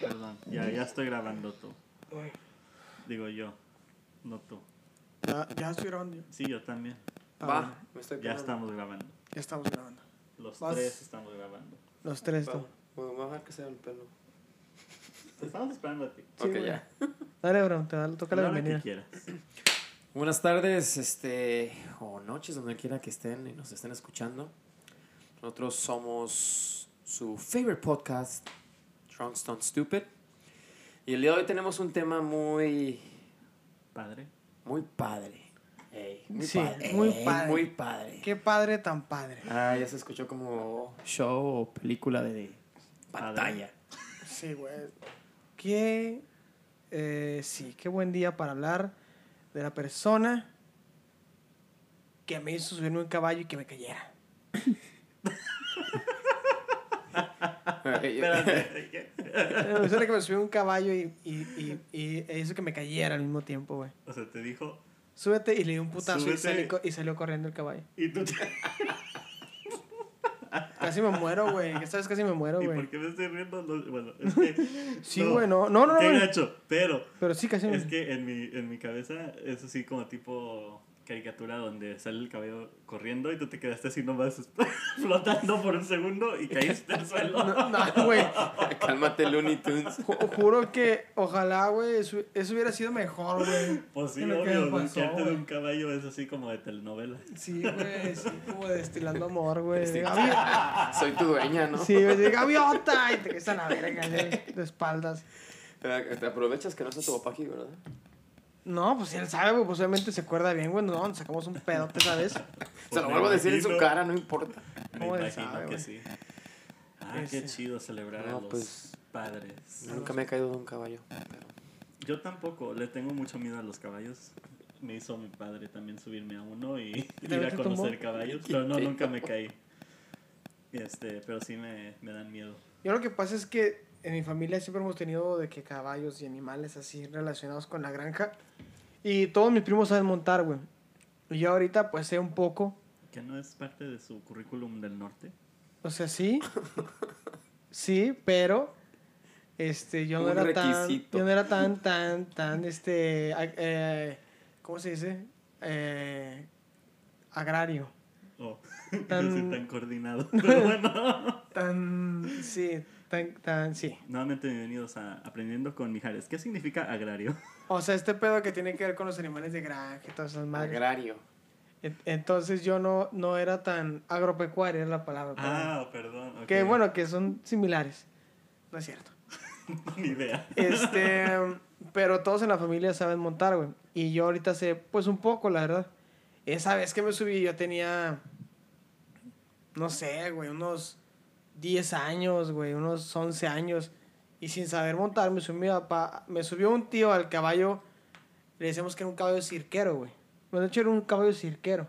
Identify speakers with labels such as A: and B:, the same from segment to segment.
A: Perdón, ya, ya estoy grabando tú. Digo yo, no tú.
B: Ya, ya estoy grabando. yo.
A: Sí, yo también.
B: Ah,
C: Va,
B: bueno,
C: me estoy
A: Ya
C: pegando.
A: estamos grabando.
B: ya estamos grabando.
A: Los
B: Vas.
A: tres estamos grabando.
B: Los tres,
C: Va,
B: tú.
C: Bueno, vamos a dejar que sea el pelo.
A: Te estamos esperando a ti.
B: Sí,
C: ok,
B: güey.
C: ya.
B: Dale, bro, te da- toca
A: A la
B: la
A: hora que
B: bienvenida.
A: quieras.
C: Buenas tardes, este, o noches, donde quiera que estén y nos estén escuchando. Nosotros somos su favorite podcast, Drunk Stone Stupid. Y el día de hoy tenemos un tema muy,
A: Padre.
C: muy padre. Ey, muy
B: Sí,
C: padre.
B: muy
C: Ey,
B: padre.
C: Muy padre.
B: Qué padre tan padre.
C: Ah, ya se escuchó como show o película de pantalla.
B: Sí, güey. Qué. eh, sí, qué buen día para hablar de la persona que me hizo subirme un caballo y que me cayera.
A: Espérate.
B: La persona que me subió un caballo y, y, y, y e hizo que me cayera al mismo tiempo, güey.
A: o sea, te dijo.
B: Súbete y le di un putazo y
A: Súbete.
B: salió, co- y salió corriendo el caballo.
A: ¿Y tú te-
B: Casi me muero, güey. Esta vez casi me muero,
A: ¿Y por
B: güey.
A: qué me estoy riendo? No, bueno, es que.
B: Sí, güey, no. No, no, no.
A: Qué
B: no.
A: gacho, pero.
B: Pero sí, casi me
A: Es que en mi, en mi cabeza es así como tipo caricatura donde sale el cabello corriendo y tú te quedaste así nomás flotando por un segundo y caíste al suelo.
B: No, no, güey.
C: Cálmate, Looney Tunes.
B: Ju- juro que ojalá, güey, eso, eso hubiera sido mejor, güey.
A: Pues sí,
B: Es lo que
A: obvio,
B: me pasó,
A: brinquearte de
B: güey.
A: un caballo es así como de telenovela.
B: Sí, güey, sí, como destilando amor, güey.
C: Sí.
B: De gavi-
C: Soy tu dueña, ¿no?
B: Sí, güey, de gaviota. Y te quedas a la verga, de, de espaldas.
C: Te te aprovechas que no está tu papá aquí, ¿verdad?
B: No, pues él sabe, güey, pues obviamente se acuerda bien, güey. No, nos sacamos un pedote, ¿sabes? Pues
C: Se
A: Pues
C: lo
A: me
C: vuelvo a decir en su
A: imagino-
C: cara, no importa.
A: Me
B: ¿Cómo le
A: imagino
B: sabe,
A: que
B: güey?
A: sí. Ah, qué
B: Ese.
A: chido celebrar a
C: No,
A: los
C: pues-
A: padres.
C: Nunca me he caído de un caballo. pero-
A: Yo tampoco, le tengo mucho miedo a los caballos. Me hizo mi padre también subirme a uno y ir
B: también
A: a
B: te tumbó?
A: conocer caballos, pero no,
C: Qué
A: nunca me caí. Este, pero sí me, me dan miedo.
B: Yo lo que pasa es que en mi familia siempre hemos tenido de que caballos y animales así relacionados con la granja. Y todos mis primos saben montar, güey. Y yo ahorita, pues sé un poco.
A: ¿Que no es parte de su currículum del norte?
B: O sea, sí. Sí, pero este yo no
C: Un
B: era tan
C: requisito.
B: yo no era tan tan tan este a- eh, ¿cómo se dice? Eh, agrario.
A: Oh,
B: Tan-
A: yo soy tan coordinado. Pero bueno.
B: Tan sí, tan tan sí.
A: Nuevamente bienvenidos a Aprendiendo con Mijares. ¿Qué significa agrario?
B: O sea, este pedo que tiene que ver con los animales de granja y todas esas madres.
C: Agrario.
B: En- Entonces yo no no era tan agropecuario era la palabra. perdón.
A: Ah, perdón. ok.
B: Que bueno, que son similares. No es cierto.
A: Ni idea.
B: Este, pero todos en la familia saben montar, güey. Y yo ahorita sé, pues un poco, la verdad. Esa vez que me subí, yo tenía, no sé, güey, unos 10 años, güey, unos 11 años. Y sin saber montar, me subió mi papá, me subió un tío al caballo. Le decíamos que era un caballo cirquero, güey. Bueno, de hecho era un caballo cirquero.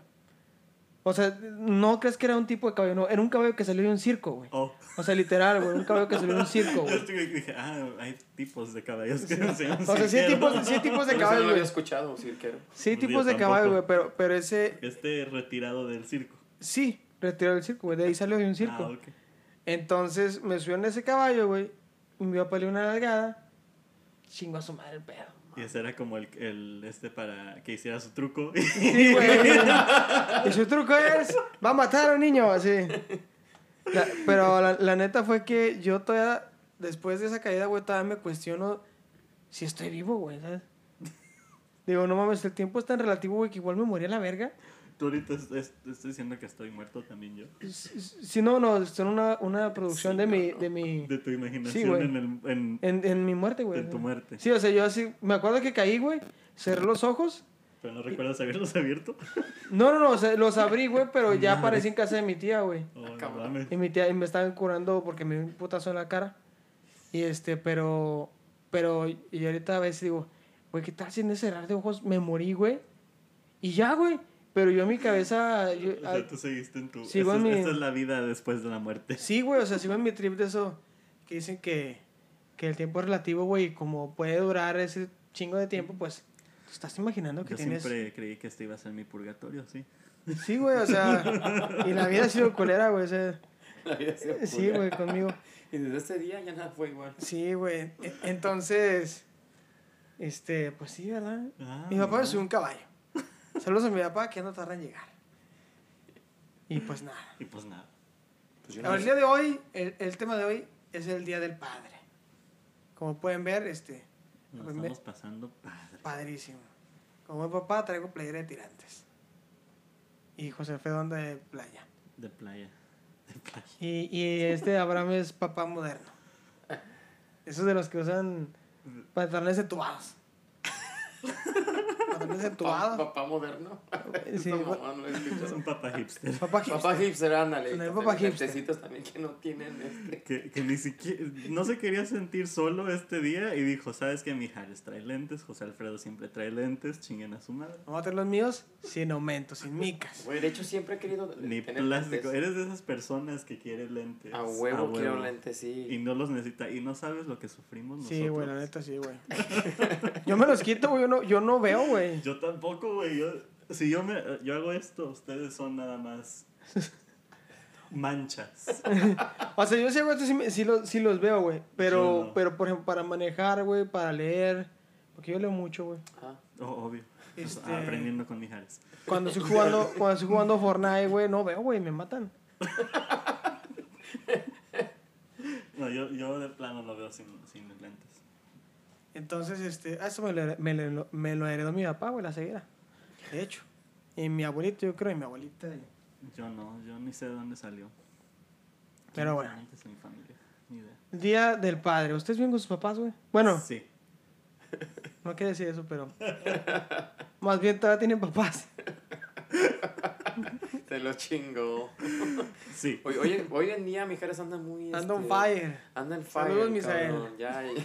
B: O sea, no crees que era un tipo de caballo, no, era un caballo que salió de un circo, güey.
A: Oh.
B: O sea, literal, güey, un caballo que salió de un circo,
A: Yo
B: güey.
A: estuve y dije, ah, hay tipos de caballos que no se
B: O sea, sí hay tipos, sí hay tipos de
C: Pero eso no
B: caballos,
C: lo había
B: güey.
C: escuchado, cirquero.
B: Sí hay
A: Pues yo
B: tipos de
A: tampoco.
B: caballos, güey, pero, pero ese
A: Este retirado del circo.
B: sí, retiró del circo, güey. De ahí salió de un circo.
A: Ah, ok.
B: Entonces me subió en ese caballo, güey. y Mi papá le dio una nalgada. Chingo a su madre el pedo.
A: Y ese era como el, el este para que hiciera su truco.
B: Sí, güey. y su truco es: va a matar a un niño, así. La- pero la, la neta fue que yo todavía, después de esa caída, güey, todavía me cuestiono si estoy vivo, güey, ¿sabes? Digo, no mames, el tiempo es tan relativo, güey, que igual me moría la verga.
A: Tú ahorita es- es- estoy diciendo que estoy muerto también yo.
B: Si no, no, son una, una producción de, mi, de mi.
A: De tu imaginación
B: güey. Eh,
A: en, el, en,
B: En, en mi muerte, güey.
A: en tu muerte.
B: Sí, o sea, yo así. Me acuerdo que caí, güey. Cerré los ojos.
A: Pero no recuerdas haberlos abierto.
B: Ah, No, no, no, o sea, los abrí, güey, pero ya aparecí en casa de mi tía, güey.
A: Oh, no
C: cabrón.
A: mames.
B: Y mi tía y me estaban curando porque me dio un putazo en la cara. Y este, pero. Pero. Y ahorita a veces digo, güey, ¿qué tal si en ese cerrar de ojos me morí, güey? Y ya, güey. Pero yo en mi cabeza. yo-
A: O sea, tú seguiste en tu.
B: Sí,
A: esa,
B: güey, mi-
A: esa es la vida después de la muerte.
B: Sí, güey, o sea, sigo en mi trip de eso que dicen que, que el tiempo es relativo, güey, y como puede durar ese chingo de tiempo, pues te estás imaginando que
A: Yo
B: tienes.
A: siempre creí que este iba a ser mi purgatorio, sí.
B: Sí, güey, o sea, y la vida ha sido culera, güey, o sea,
C: La vida se
B: sí, güey, conmigo.
C: Y desde ese día ya nada fue igual.
B: Sí, güey. E- Entonces, este, pues sí, ¿verdad?
A: Ah,
B: Mi papá
A: mira.
B: me subió un caballo. Saludos a mi papá que no tarda en llegar. Y pues nada.
A: Y pues nada.
C: Pues yo no
B: Ahora, el día de hoy, el, el tema de hoy es el Día del Padre. Como pueden ver, este,
A: Nos
B: Pues me-
A: estamos pasando padre.
B: padrísimo. Como buen papá, traigo playera de tirantes. Y José Alfredo anda de playa.
A: De playa. De playa.
B: Y, y este Abraham es papá moderno. Esos de los que usan pantalones entubados. pantalones
C: papá,
B: entubados.
C: papá moderno.
B: Sí,
C: Esta
B: pa-
C: mamá no es que-
A: Es un papá hipster.
B: papá
C: Papá
B: hipster.
C: hipster, ándale.
B: No,
C: Hay
B: papá hipster.
C: también que no tienen este.
A: Que, que ni siquiera. No se quería sentir solo este día y dijo: ¿Sabes que mi Jares trae lentes? José Alfredo siempre trae lentes. Chinguen a su madre.
B: Vamos a tener los míos sin aumento, sin micas.
C: Güey, de hecho siempre he querido
A: Ni
C: tener
A: plástico.
C: lentes.
A: Eres de esas personas que quiere lentes.
C: A huevo quiero
A: huevo.
C: lentes,
A: Y
C: sí.
A: no los necesita. Y no sabes lo que sufrimos nosotros.
B: Sí, güey, la neta sí, güey. Yo me los quito, güey. Yo no, yo no veo, güey.
A: Yo tampoco, güey. Yo, si yo, me, yo hago esto, ustedes son nada más manchas.
B: O sea, yo sí, hago esto, sí, me- sí los, sí los veo, güey. Pero,
A: Yo no.
B: pero, por ejemplo, para manejar, güey, para leer. Porque yo leo mucho, güey.
C: Ah,
A: Oh, obvio.
B: Este-
A: Aprendiendo con Mijares.
B: Cuando estoy jugando, cuando estoy jugando Fortnite, güey, no veo, güey, me matan.
A: No, yo, yo de plano lo veo sin, sin lentes.
B: Entonces, este, ah, eso me lo, me lo- me lo heredó mi papá, güey, la ceguera. De hecho. Y mi abuelito, yo creo, y mi abuelita. y-
A: Yo no, yo ni sé de dónde salió.
B: Pero bueno.
A: Antes de mi familia. Ni idea.
B: Día del padre. ¿Ustedes viven con sus papás, güey? Bueno,
A: Sí.
B: no quiere decir eso, pero. Más bien todavía tienen papás.
C: te lo chingo.
A: Sí.
C: Hoy, hoy, hoy en día Mijares anda muy.
B: Ando on
C: este,
B: fire.
C: Anda en fire.
B: Saludos, Misael.
C: cabrón, Ya, ya.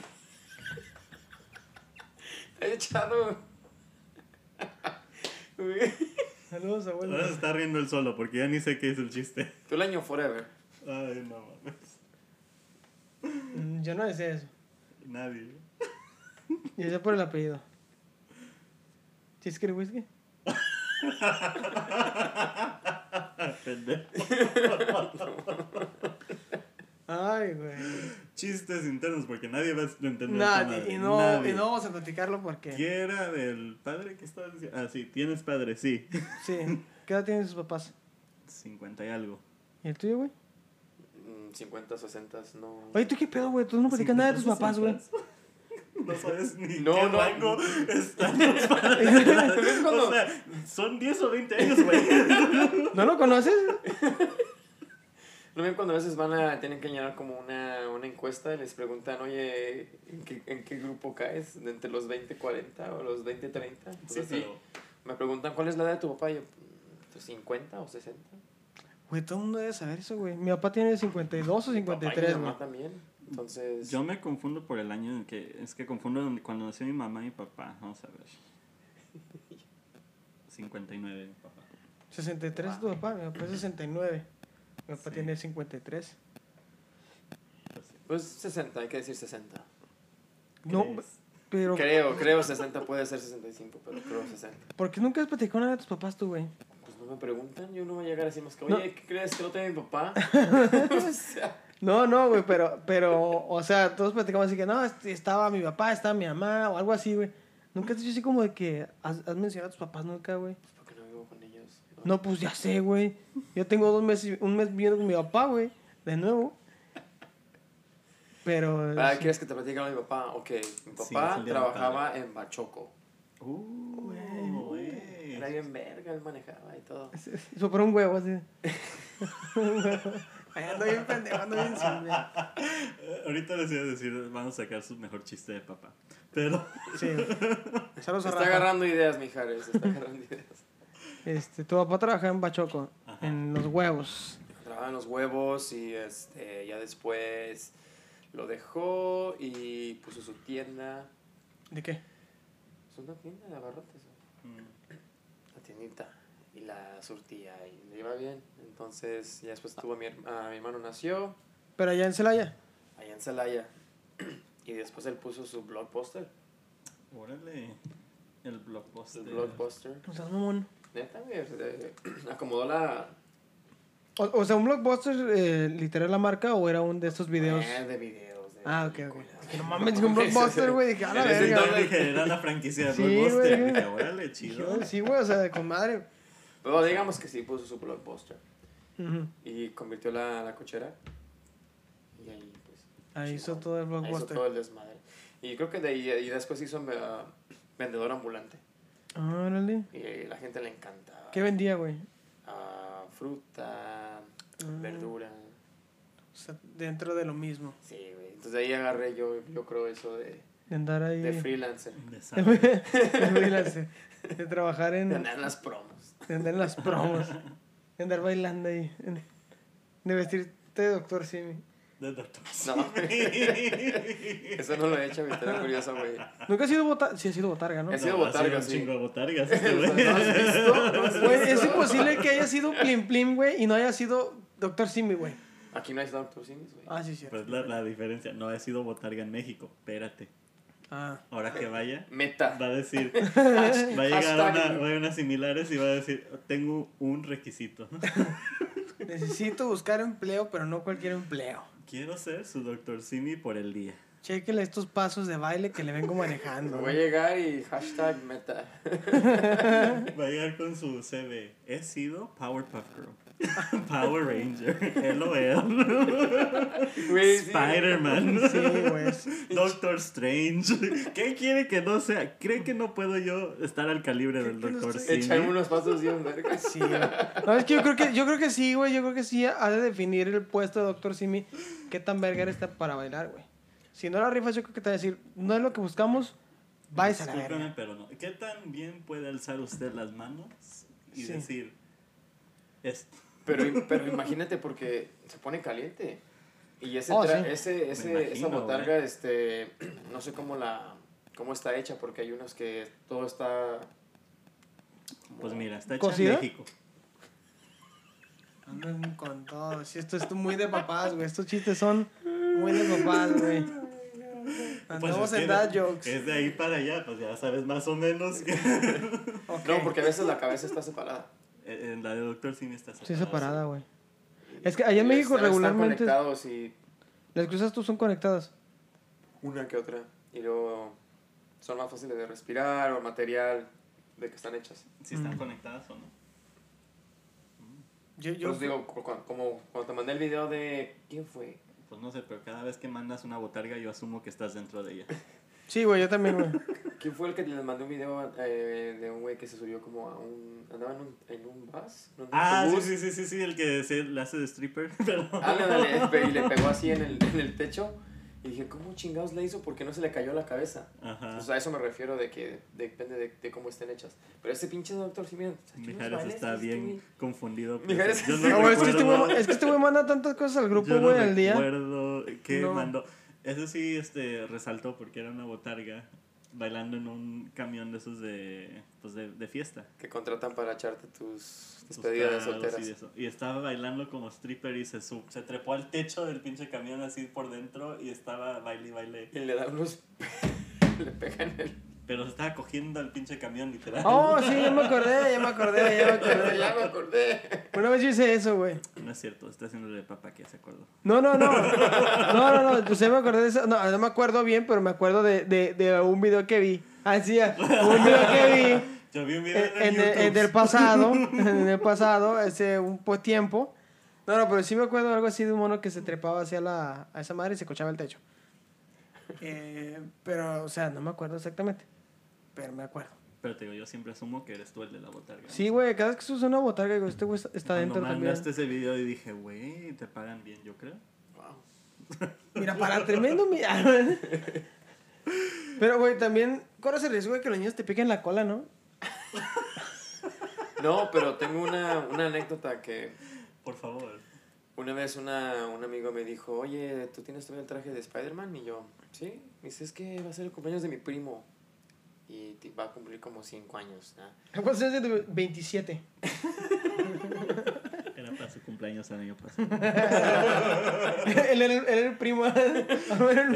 C: He echado. Güey,
B: Saludos, abuelo.
A: Ahora se está riendo él solo porque ya ni sé qué es el chiste.
C: Tú el año forever.
A: Ay, no mames.
B: Mm, Yo no decía eso.
A: Nadie.
B: Yo decía por el apellido. ¿Chisker whisky?
A: Pendejo.
B: Ay, güey.
A: Chistes internos porque nadie va a entender. esta
B: Nadie.
A: madre.
B: Y no,
A: Nadie.
B: y no vamos a platicarlo porque.
A: Quiera del padre que estaba diciendo. Ah, sí, tienes padre, sí.
B: Sí. ¿Qué edad tienen sus papás?
A: 50 y algo.
B: ¿Y el tuyo, güey?
C: Mm, 50, 60, no.
B: Oye, ¿tú qué pedo, güey? Tú no platicas nada de tus papás, güey.
A: No sabes ni
C: No,
A: qué
C: no.
A: rango están los padres.
C: cuando-
A: o sea, son 10 o 20 años, güey.
B: ¿No lo conoces?
C: ¿No ven cuando a veces van a, tienen que llenar como una, una encuesta y les preguntan, oye, ¿en qué, en qué grupo caes? ¿De entre los 20, 40 o los 20, 30?
A: Sí,
C: Entonces, sí,
A: pero
C: Me preguntan, ¿cuál es la edad de tu papá? Y yo, mm, ¿50 o 60?
B: Güey, todo el mundo debe saber eso, güey. Mi papá tiene 52 o
C: Papá
B: 53,
C: y mi
B: güey.
C: mamá también. Entonces,
A: yo me confundo por el año en que. Es que confundo donde- cuando nació mi mamá y mi papá. Vamos a ver. 59, mi papá.
B: 63 es tu papá, mi papá es 69. Mi papá
A: Sí.
B: tiene 53.
C: pues 60, hay que decir 60.
B: No,
A: ¿Crees?
B: pero
C: Creo, creo 60, puede ser 65, pero creo 60.
B: ¿por qué nunca has platicado nada de tus papás tú, güey?
C: Pues no me preguntan, yo no voy a llegar así más que,
B: No.
C: oye, ¿qué crees que no tengo mi papá? o sea,
B: No, no, güey, pero, pero, o sea, todos platicamos así que no, este, estaba mi papá, estaba mi mamá o algo así, güey. Nunca has dicho así como de que has, has mencionado a tus papás nunca, güey.
C: pues porque no vivo con ellos.
B: No, pues ya sé, güey. Yo tengo dos meses, un mes viviendo con mi papá, güey, de nuevo. Pero.
C: Ah,
B: sí.
C: ¿quieres que te platique algo de mi papá? Ok, mi
A: Sí,
C: papá
A: es el día del
C: trabajaba en Bachoco.
A: Uh, güey.
C: Era bien verga, él manejaba y todo.
B: Sopró un huevo así. un huevo. Ay, ando bien pendejo, ando bien simple.
A: Ahorita les iba a decir, van a sacar su mejor chiste de papá. Pero
B: Sí. güey. Saludos
C: Se
B: a
C: está
B: Rafa.
C: agarrando ideas, Mijares, se está agarrando ideas.
B: Este, tu papá trabajaba en Bachoco,
A: Ajá.
B: en los huevos.
C: Trabajaba en los huevos y este, ya después lo dejó y puso su tienda.
B: ¿De qué?
C: Es una tienda de abarrotes, güey.
A: mm,
C: la tiendita y la surtía y le iba bien. Entonces, ya después tuvo a mi, her- a mi hermano nació
B: Pero allá en Celaya.
C: allá en Celaya y después él puso su blockbuster.
A: órale. El
C: Su
A: blockbuster.
C: blockbuster.
B: O sea, mamón.
C: Neta, güey, o sea, de- acomodó la,
B: O, o sea, un blockbuster, eh, literal la marca, o era un de estos videos.
C: Eh, de videos. de
B: Ah, ok, ok.
C: películas.
B: Que no mames, un blockbuster, güey. Dije, a la
A: En ese
B: verga.
A: entonces dije, era la franquicia de
B: Sí,
A: Blockbuster.
B: güey.
A: Dije, órale, chido.
B: Sí, güey, o sea, de con madre.
C: Pero digamos que sí puso su blockbuster.
B: Ujú.
C: Y convirtió la, la cochera. Y ahí, pues.
B: Ahí hizo
C: chingón.
B: todo el
C: Ahí hizo
B: blockbuster.
C: todo el desmadre. Y creo que de ahí y después hizo ah, vendedor ambulante.
B: Órale.
C: Y la gente le encantaba.
B: ¿Qué vendía, güey?
C: Ah, fruta,
B: Ah.
C: verdura.
B: O sea, dentro de lo mismo.
C: Sí, güey. Entonces de ahí agarré yo, yo creo, eso de,
B: De andar ahí.
C: de freelancer.
A: Desastre.
B: de freelance, de trabajar
A: Mm.
B: en.
C: De andar en las promos.
B: De andar en las promos. De andar bailando ahí. en- De vestirte de doctor Simi.
A: De Dr.
C: No, eso no lo he hecho, me está curioso, güey.
B: Nunca ha sido botarga. Sí, ha sido botarga, ¿no?
C: Ha sido
A: No, ha
C: botarga,
A: un
C: sí.
A: chingo de botargas
C: O sea,
A: este
C: ¿No
A: güey.
C: has visto? ¿No has
B: Güey,
C: visto?
B: es imposible que haya sido Plim Plim, güey, y no haya sido Doctor Simi, güey.
C: Aquí no hay Doctor Sims, güey.
B: Ah, sí, sí.
A: Pues la, la diferencia, no ha sido botarga en México. Espérate.
B: Ah.
A: Ahora que vaya,
C: Meta.
A: va a decir,
C: Hash-
A: va a llegar a
C: hashtag.
A: una, va a ir a unas similares y va a decir, tengo un requisito.
B: Necesito buscar empleo, pero no cualquier empleo.
A: Quiero ser su doctor Simi por el día.
B: Chequenle estos pasos de baile que le vengo manejando.
C: Voy a
B: güey.
C: llegar y hashtag meta.
A: Va a llegar con su CV. He sido Powerpuff Girl, Power Ranger, LOL,
C: Güey, sí.
A: Spider-Man,
B: Sí, güey. es-
A: Doctor Strange. ¿Qué quiere que no sea? ¿Cree que no puedo yo estar al calibre
B: ¿Cree
A: del
B: que no
A: Doctor
B: estoy-
A: Simi?
C: Echarme unos pasos bien vergas.
B: Sí, güey. No, es que yo creo que, yo creo que sí, güey. Yo creo que sí ha de definir el puesto de Doctor Simi. ¿Qué tan verga eres para bailar, güey? Si no la rifas, yo creo que te va a decir, no es lo que buscamos, vais a la
A: Discúlpame,
B: verga.
A: pero no. ¿Qué tan bien puede alzar usted las manos y
B: Sí.
A: decir esto?
C: Pero, pero imagínate porque se pone caliente. Y ese,
B: Oh,
C: tra-
B: sí.
C: ese,
A: Me
C: ese,
A: imagino,
C: esa botarga, este, no sé cómo la cómo está hecha, porque hay unos que todo está...
A: Pues mira, está hecha en
B: ¿Cocida?
A: México.
B: Andan con todo. Sí, esto es muy de papás, güey. Estos chistes son muy de papás, güey.
A: Pues
B: Andamos
A: es
B: en
A: que
B: dad jokes.
A: Es de ahí para allá, pues ya sabes más o menos que...
B: Ok.
C: No, porque a veces la cabeza está separada.
A: e-, en la de Doctor Simi está separada.
B: Sí, separada, güey.
C: Y-
B: Es que allá en
C: y
B: México
C: están- están
B: regularmente-
C: conectados y
B: Las cruzas tú son conectadas.
C: una que otra. Y luego son más fáciles de respirar o material de que están hechas.
A: Si están
B: Mm.
A: conectadas o no.
B: Yo,
C: Yo
A: Pues
C: os digo, cu- cu- como cuando te mandé el video de... ¿Quién fue?
A: Pues no sé, pero cada vez que mandas una botarga yo asumo que estás dentro de ella.
B: Sí, güey, yo también, güey.
C: ¿Quién fue el que les mandó un video eh, de un güey que se subió como a un... Andaba en un, en un bus? ¿no? En un
A: Ah, sí,
C: autobús.
A: sí, sí, sí, sí, el que se le hace de stripper. Pero...
C: Ándale, pe- y le pegó así en el, en el techo. Y dije, ¿cómo chingados le hizo? Porque no se le cayó la cabeza.
A: Ajá.
C: O sea, a eso me refiero de que depende de, de cómo estén hechas. Pero ese pinche doctor, sí, mira. aquí unos
A: Mijares
C: bailes,
A: está
C: este
A: bien
C: güey.
A: confundido. pues,
C: Mijares-
A: yo
B: No,
A: no
B: güey, es que este
A: recuerdo-
B: güey es que este güey manda tantas cosas al grupo,
A: Yo no
B: güey, al día.
A: recuerdo qué
B: No.
A: mandó. Eso sí este, resaltó porque era una botarga bailando en un camión de esos de, pues de, de fiesta.
C: Que contratan para echarte tus
A: Sus
C: despedidas de
A: tragos
C: solteras.
A: Y, eso. Y estaba bailando como stripper y se, sub- se trepó al techo del pinche camión así por dentro y estaba baile y baile.
C: Y le dan unos. le pegan el.
A: Pero se estaba cogiendo al pinche camión literal.
B: Oh, sí, ya me acordé, ya me acordé, ya me acordé.
C: ya me acordé.
B: Una vez yo hice eso, güey.
A: No es cierto, está haciéndole de papá que ya se acordó.
B: No, no, no. No, no, no. Yo sé, me acordé de eso. No, no me acuerdo bien, pero me acuerdo de, de, de un video que vi. Así, un video que vi.
A: Yo vi un video en,
B: Eh, en, en- en el
A: YouTube.
B: pasado, en el pasado, hace un po- tiempo. No, no, pero sí me acuerdo algo así de un mono que se trepaba hacia la, a esa madre y se cochaba el techo. Eh, pero, o sea, no me acuerdo exactamente. Pero me acuerdo.
A: Pero te digo, yo siempre asumo que eres tú el de la botarga.
B: Sí, güey, cada vez que se usa una botarga, digo, este güey está- está
A: Cuando
B: dentro también.
A: mandaste ese video y dije, güey, te pagan bien, yo creo.
C: Wow.
B: Mira, para tremendo mi- Pero, güey, también corres el riesgo de que los niños te piquen la cola, ¿no?
C: No, pero tengo una, una anécdota que
A: Por favor.
C: una vez una, un amigo me dijo, oye, ¿tú tienes también el traje de Spider-Man? Y yo, sí. Me dice, es que va a ser el cumpleaños de mi primo. Y ti- va a cumplir como 5 años. ¿ah?
B: ¿Cuántos años tiene tu- 27.
A: Era para su cumpleaños el año pasado.
B: él, era, él era el primo. Era el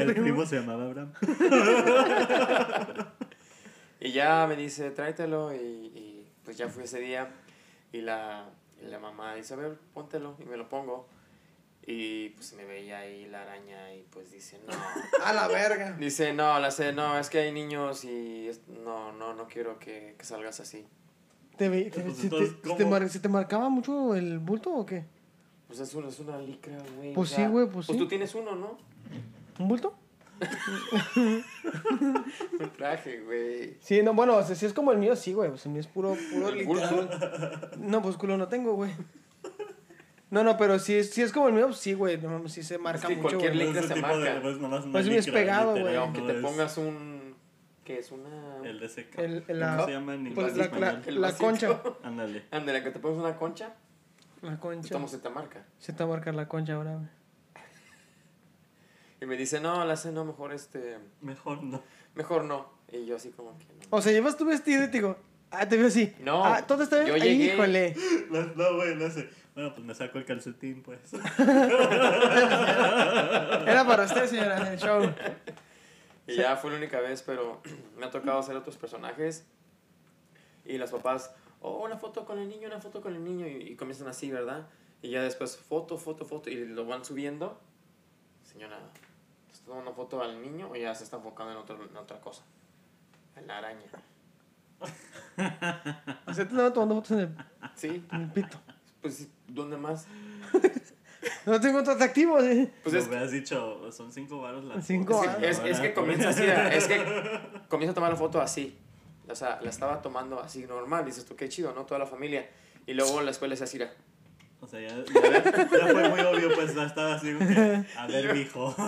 A: El
B: primo.
A: primo se llamaba Abraham.
C: Y ya me dice, tráetelo. Y, y pues ya fui ese día. Y la, Y la mamá dice, a ver, póntelo. Y me lo pongo. Y pues me veía ahí la araña y pues dice, no.
B: A la verga.
C: Dice, no, la sé, no, es que hay niños y es- no, no, no quiero que, que salgas así.
B: ¿Te, ve- te-
A: Pues,
B: se,
A: entonces,
B: te, se te
A: ¿cómo?
B: mar- se te marcaba mucho el bulto o qué?
C: Pues es una, es una licra, güey.
B: Pues sí, güey, pues sí.
C: tú tienes uno, ¿no?
B: ¿Un bulto?
C: Un traje, güey.
B: Sí, no, bueno, o sea, si es como el mío, sí, güey. Pues el mío es puro, puro
C: El
B: literal. No, pues culo no tengo, güey. No, no, pero si es, si es como el mío, pues sí, güey. No mames, sí se marca
C: que
B: mucho,
C: cualquier
B: güey.
C: licra
A: ese
C: se
A: tipo
C: marca.
A: de- pues, nomás una
B: Pues sí, es
A: licra,
B: pegado, güey.
A: literal,
B: Pero
C: Aunque
A: no
C: te
A: es
C: pongas un... que es una...
A: El de seca.
B: El- el-
A: ¿Cómo
B: la-
A: se llama en
B: Pues
A: inglés?
B: la,
A: español?
B: la,
C: El
B: la
C: vasito.
B: concha.
A: Ándale.
C: Ándale, que te pongas una concha,
B: La
C: pues,
B: concha.
C: ¿cómo se te marca?
B: Se te va a marcar la concha ahora, güey.
C: Y me dice, no, la sé, no, mejor este...
A: Mejor no.
C: Mejor no. Y yo así como que no.
B: O sea, llevas tu vestido y te digo, ah, te veo así.
C: No,
B: Ah, todo está bien.
C: yo
B: Ay,
C: llegué.
B: híjole.
A: No, No, güey, no sé. Bueno, pues me saco el calcetín, pues.
B: Era para usted, señora, en el show.
C: Y ya fue la única vez, pero me ha tocado hacer otros personajes. Y las papás, oh, una foto con el niño, una foto con el niño. Y, y comienzan así, ¿verdad? Y ya después foto, foto, foto. Y lo van subiendo. Señora, ¿está tomando foto al niño o ya se está enfocando en, otro- en otra cosa? En la araña.
B: O sea, te andaba tomando fotos en el,
C: Sí,
B: en el pito.
C: pues, ¿dónde más?
B: No tengo eh. otro atractivo, sí.
C: Pues
A: Me
C: es,
A: hubieras dicho, son cinco varos las
B: Cinco
A: fotos,
C: es
B: varos.
C: que, es-
A: ¿verdad?
C: es que comienza así, a- es que comienza a tomar la foto así. O sea, la estaba tomando así normal. Dices tú, qué chido, ¿no? Toda la familia. Y luego la escuela se así, mira.
A: O sea, ya, ya- ya fue muy obvio, pues ya estaba así. como que, A ver, mijo.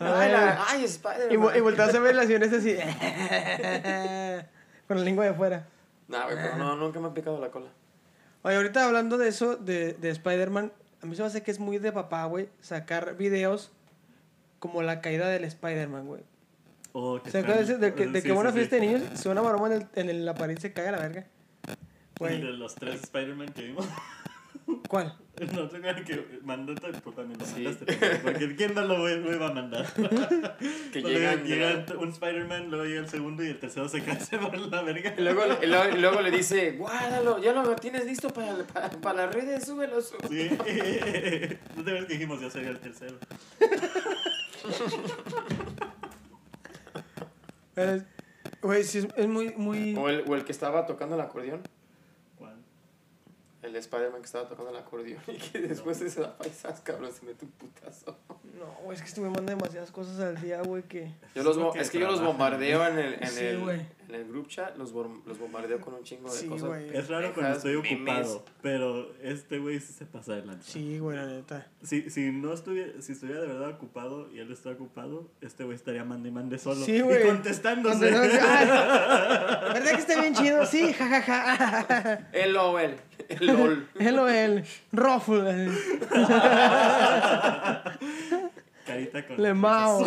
C: Ay, la- ay, Spider-Man.
B: Y, vo- y volteas a ver las señora así. con la lengua de fuera.
C: No, güey, pero no, nunca me ha picado la cola.
B: Oye, ahorita hablando de eso, de, de Spider-Man, a mí se me hace que es muy de papá, güey, sacar videos como la caída del Spider-Man, güey.
A: Oh, qué
B: ¿Se acuerdan de,
A: tal.
B: ese- de que, de
A: Sí,
B: que
A: sí,
B: una
A: sí.
B: fiesta de niños, si una maroma en el, en el- la pared se caga la verga?
A: Y de
B: Güey,
A: los tres Spider-Man que vimos.
B: ¿cuál?
A: No tengo que mandarte, pues también lo
C: Sí.
A: mandaste. pero Porque ¿quién no lo, ve- lo iba a mandar?
C: Que
A: Luego
C: llegan,
A: llega
C: llegan.
A: un Spider-Man, luego llega el segundo y el tercero se cansa por la verga.
C: Y luego, y luego, y luego le dice, guárdalo, ya lo tienes listo para, para, para las redes, súbelo, súbelo.
A: Sí. No te ves que dijimos, ya sería el tercero.
B: Pero, Güey, sí, es, es muy, muy...
A: Oh.
C: O el, o el que estaba tocando el acordeón,
A: ¿Cuál?
C: el Spider-Man que estaba tocando el acordeón y que después de esa paisas, cabrón, se mete un putazo.
B: No, güey, es que estuve mandando demasiadas cosas al día, güey, que...
C: Yo los, bo-
A: que
C: es que yo los
A: trabajan,
C: bombardeo en el, en
B: Sí,
C: el,
B: güey.
C: en el group chat, los, bom- los bombardeo con un chingo de
B: Sí,
C: cosas.
B: güey.
A: Es raro cuando
C: pendejas,
A: estoy
C: memes.
A: ocupado, pero este güey sí se pasa adelante.
B: Sí, güey, la neta.
A: Si, si no estuviera, si estuviera de verdad ocupado y él está ocupado, este güey estaría mande y mande solo.
B: Sí, güey.
A: Y contestándose.
B: Cuando no- Ah, ¿Verdad que está bien chido? Sí, jajaja.
C: El LOL, el LOL.
B: Él o él. Ruffle.
A: Carita con.
B: Le mao.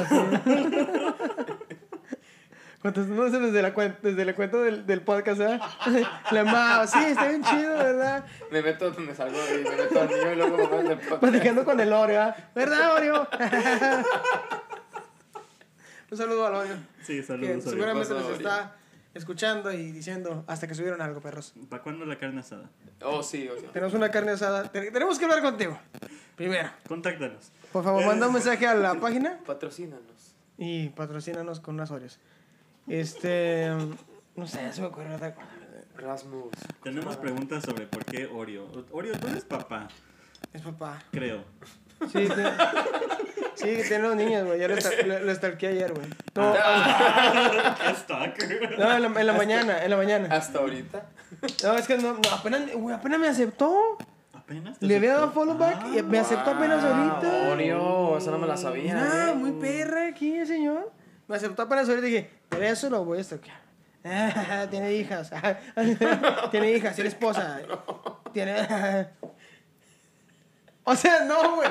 B: Contestándose desde la, cuen- desde la cuenta del, del podcast, ¿verdad? Le mao. Sí, está bien chido, ¿verdad?
C: Me meto, me salgo y me meto al niño y luego me meto en el podcast.
B: Platicando con el Oreo, ¿verdad? ¿Verdad, Oreo? Un saludo al Oreo.
A: Sí,
B: Que
A: saludos. Oreo.
B: seguramente nos
C: Oreo.
B: está escuchando y diciendo hasta que subieron algo, perros.
A: ¿Para cuándo la carne asada?
C: Oh, sí, o sea.
B: Tenemos una carne asada. Te- Tenemos que hablar contigo. Primero.
A: Contáctanos.
B: Por favor, manda un mensaje a la página
C: Patrocínanos.
B: y patrocínanos con unas Oreos. Este. No sé, se me ocurre otra cosa.
C: Rasmus.
A: Tenemos preguntas sobre por qué Oreo. Oreo, tú eres papá,
B: Es papá.
A: creo.
B: Sí, te- sí tiene los niños, güey. Yo lo, stal- lo, lo stalkeé ayer, güey. No,
A: Qué stalker.
B: no, en, la, en la mañana, en la mañana.
C: Hasta ahorita.
B: No, es que no, no, apenas, güey, apenas me aceptó.
A: Apenas te
B: Le había dado
A: aceptó.
B: follow back y me aceptó apenas
C: Ah,
B: ahorita.
C: Oreo, esa no me la sabía.
B: Mira,
C: eh.
B: muy perra aquí el señor. Me aceptó apenas ahorita y dije, por eso lo voy a stalkear. Ah, tiene hijas. tiene hijas, tiene esposa. Tiene. o sea, no, güey.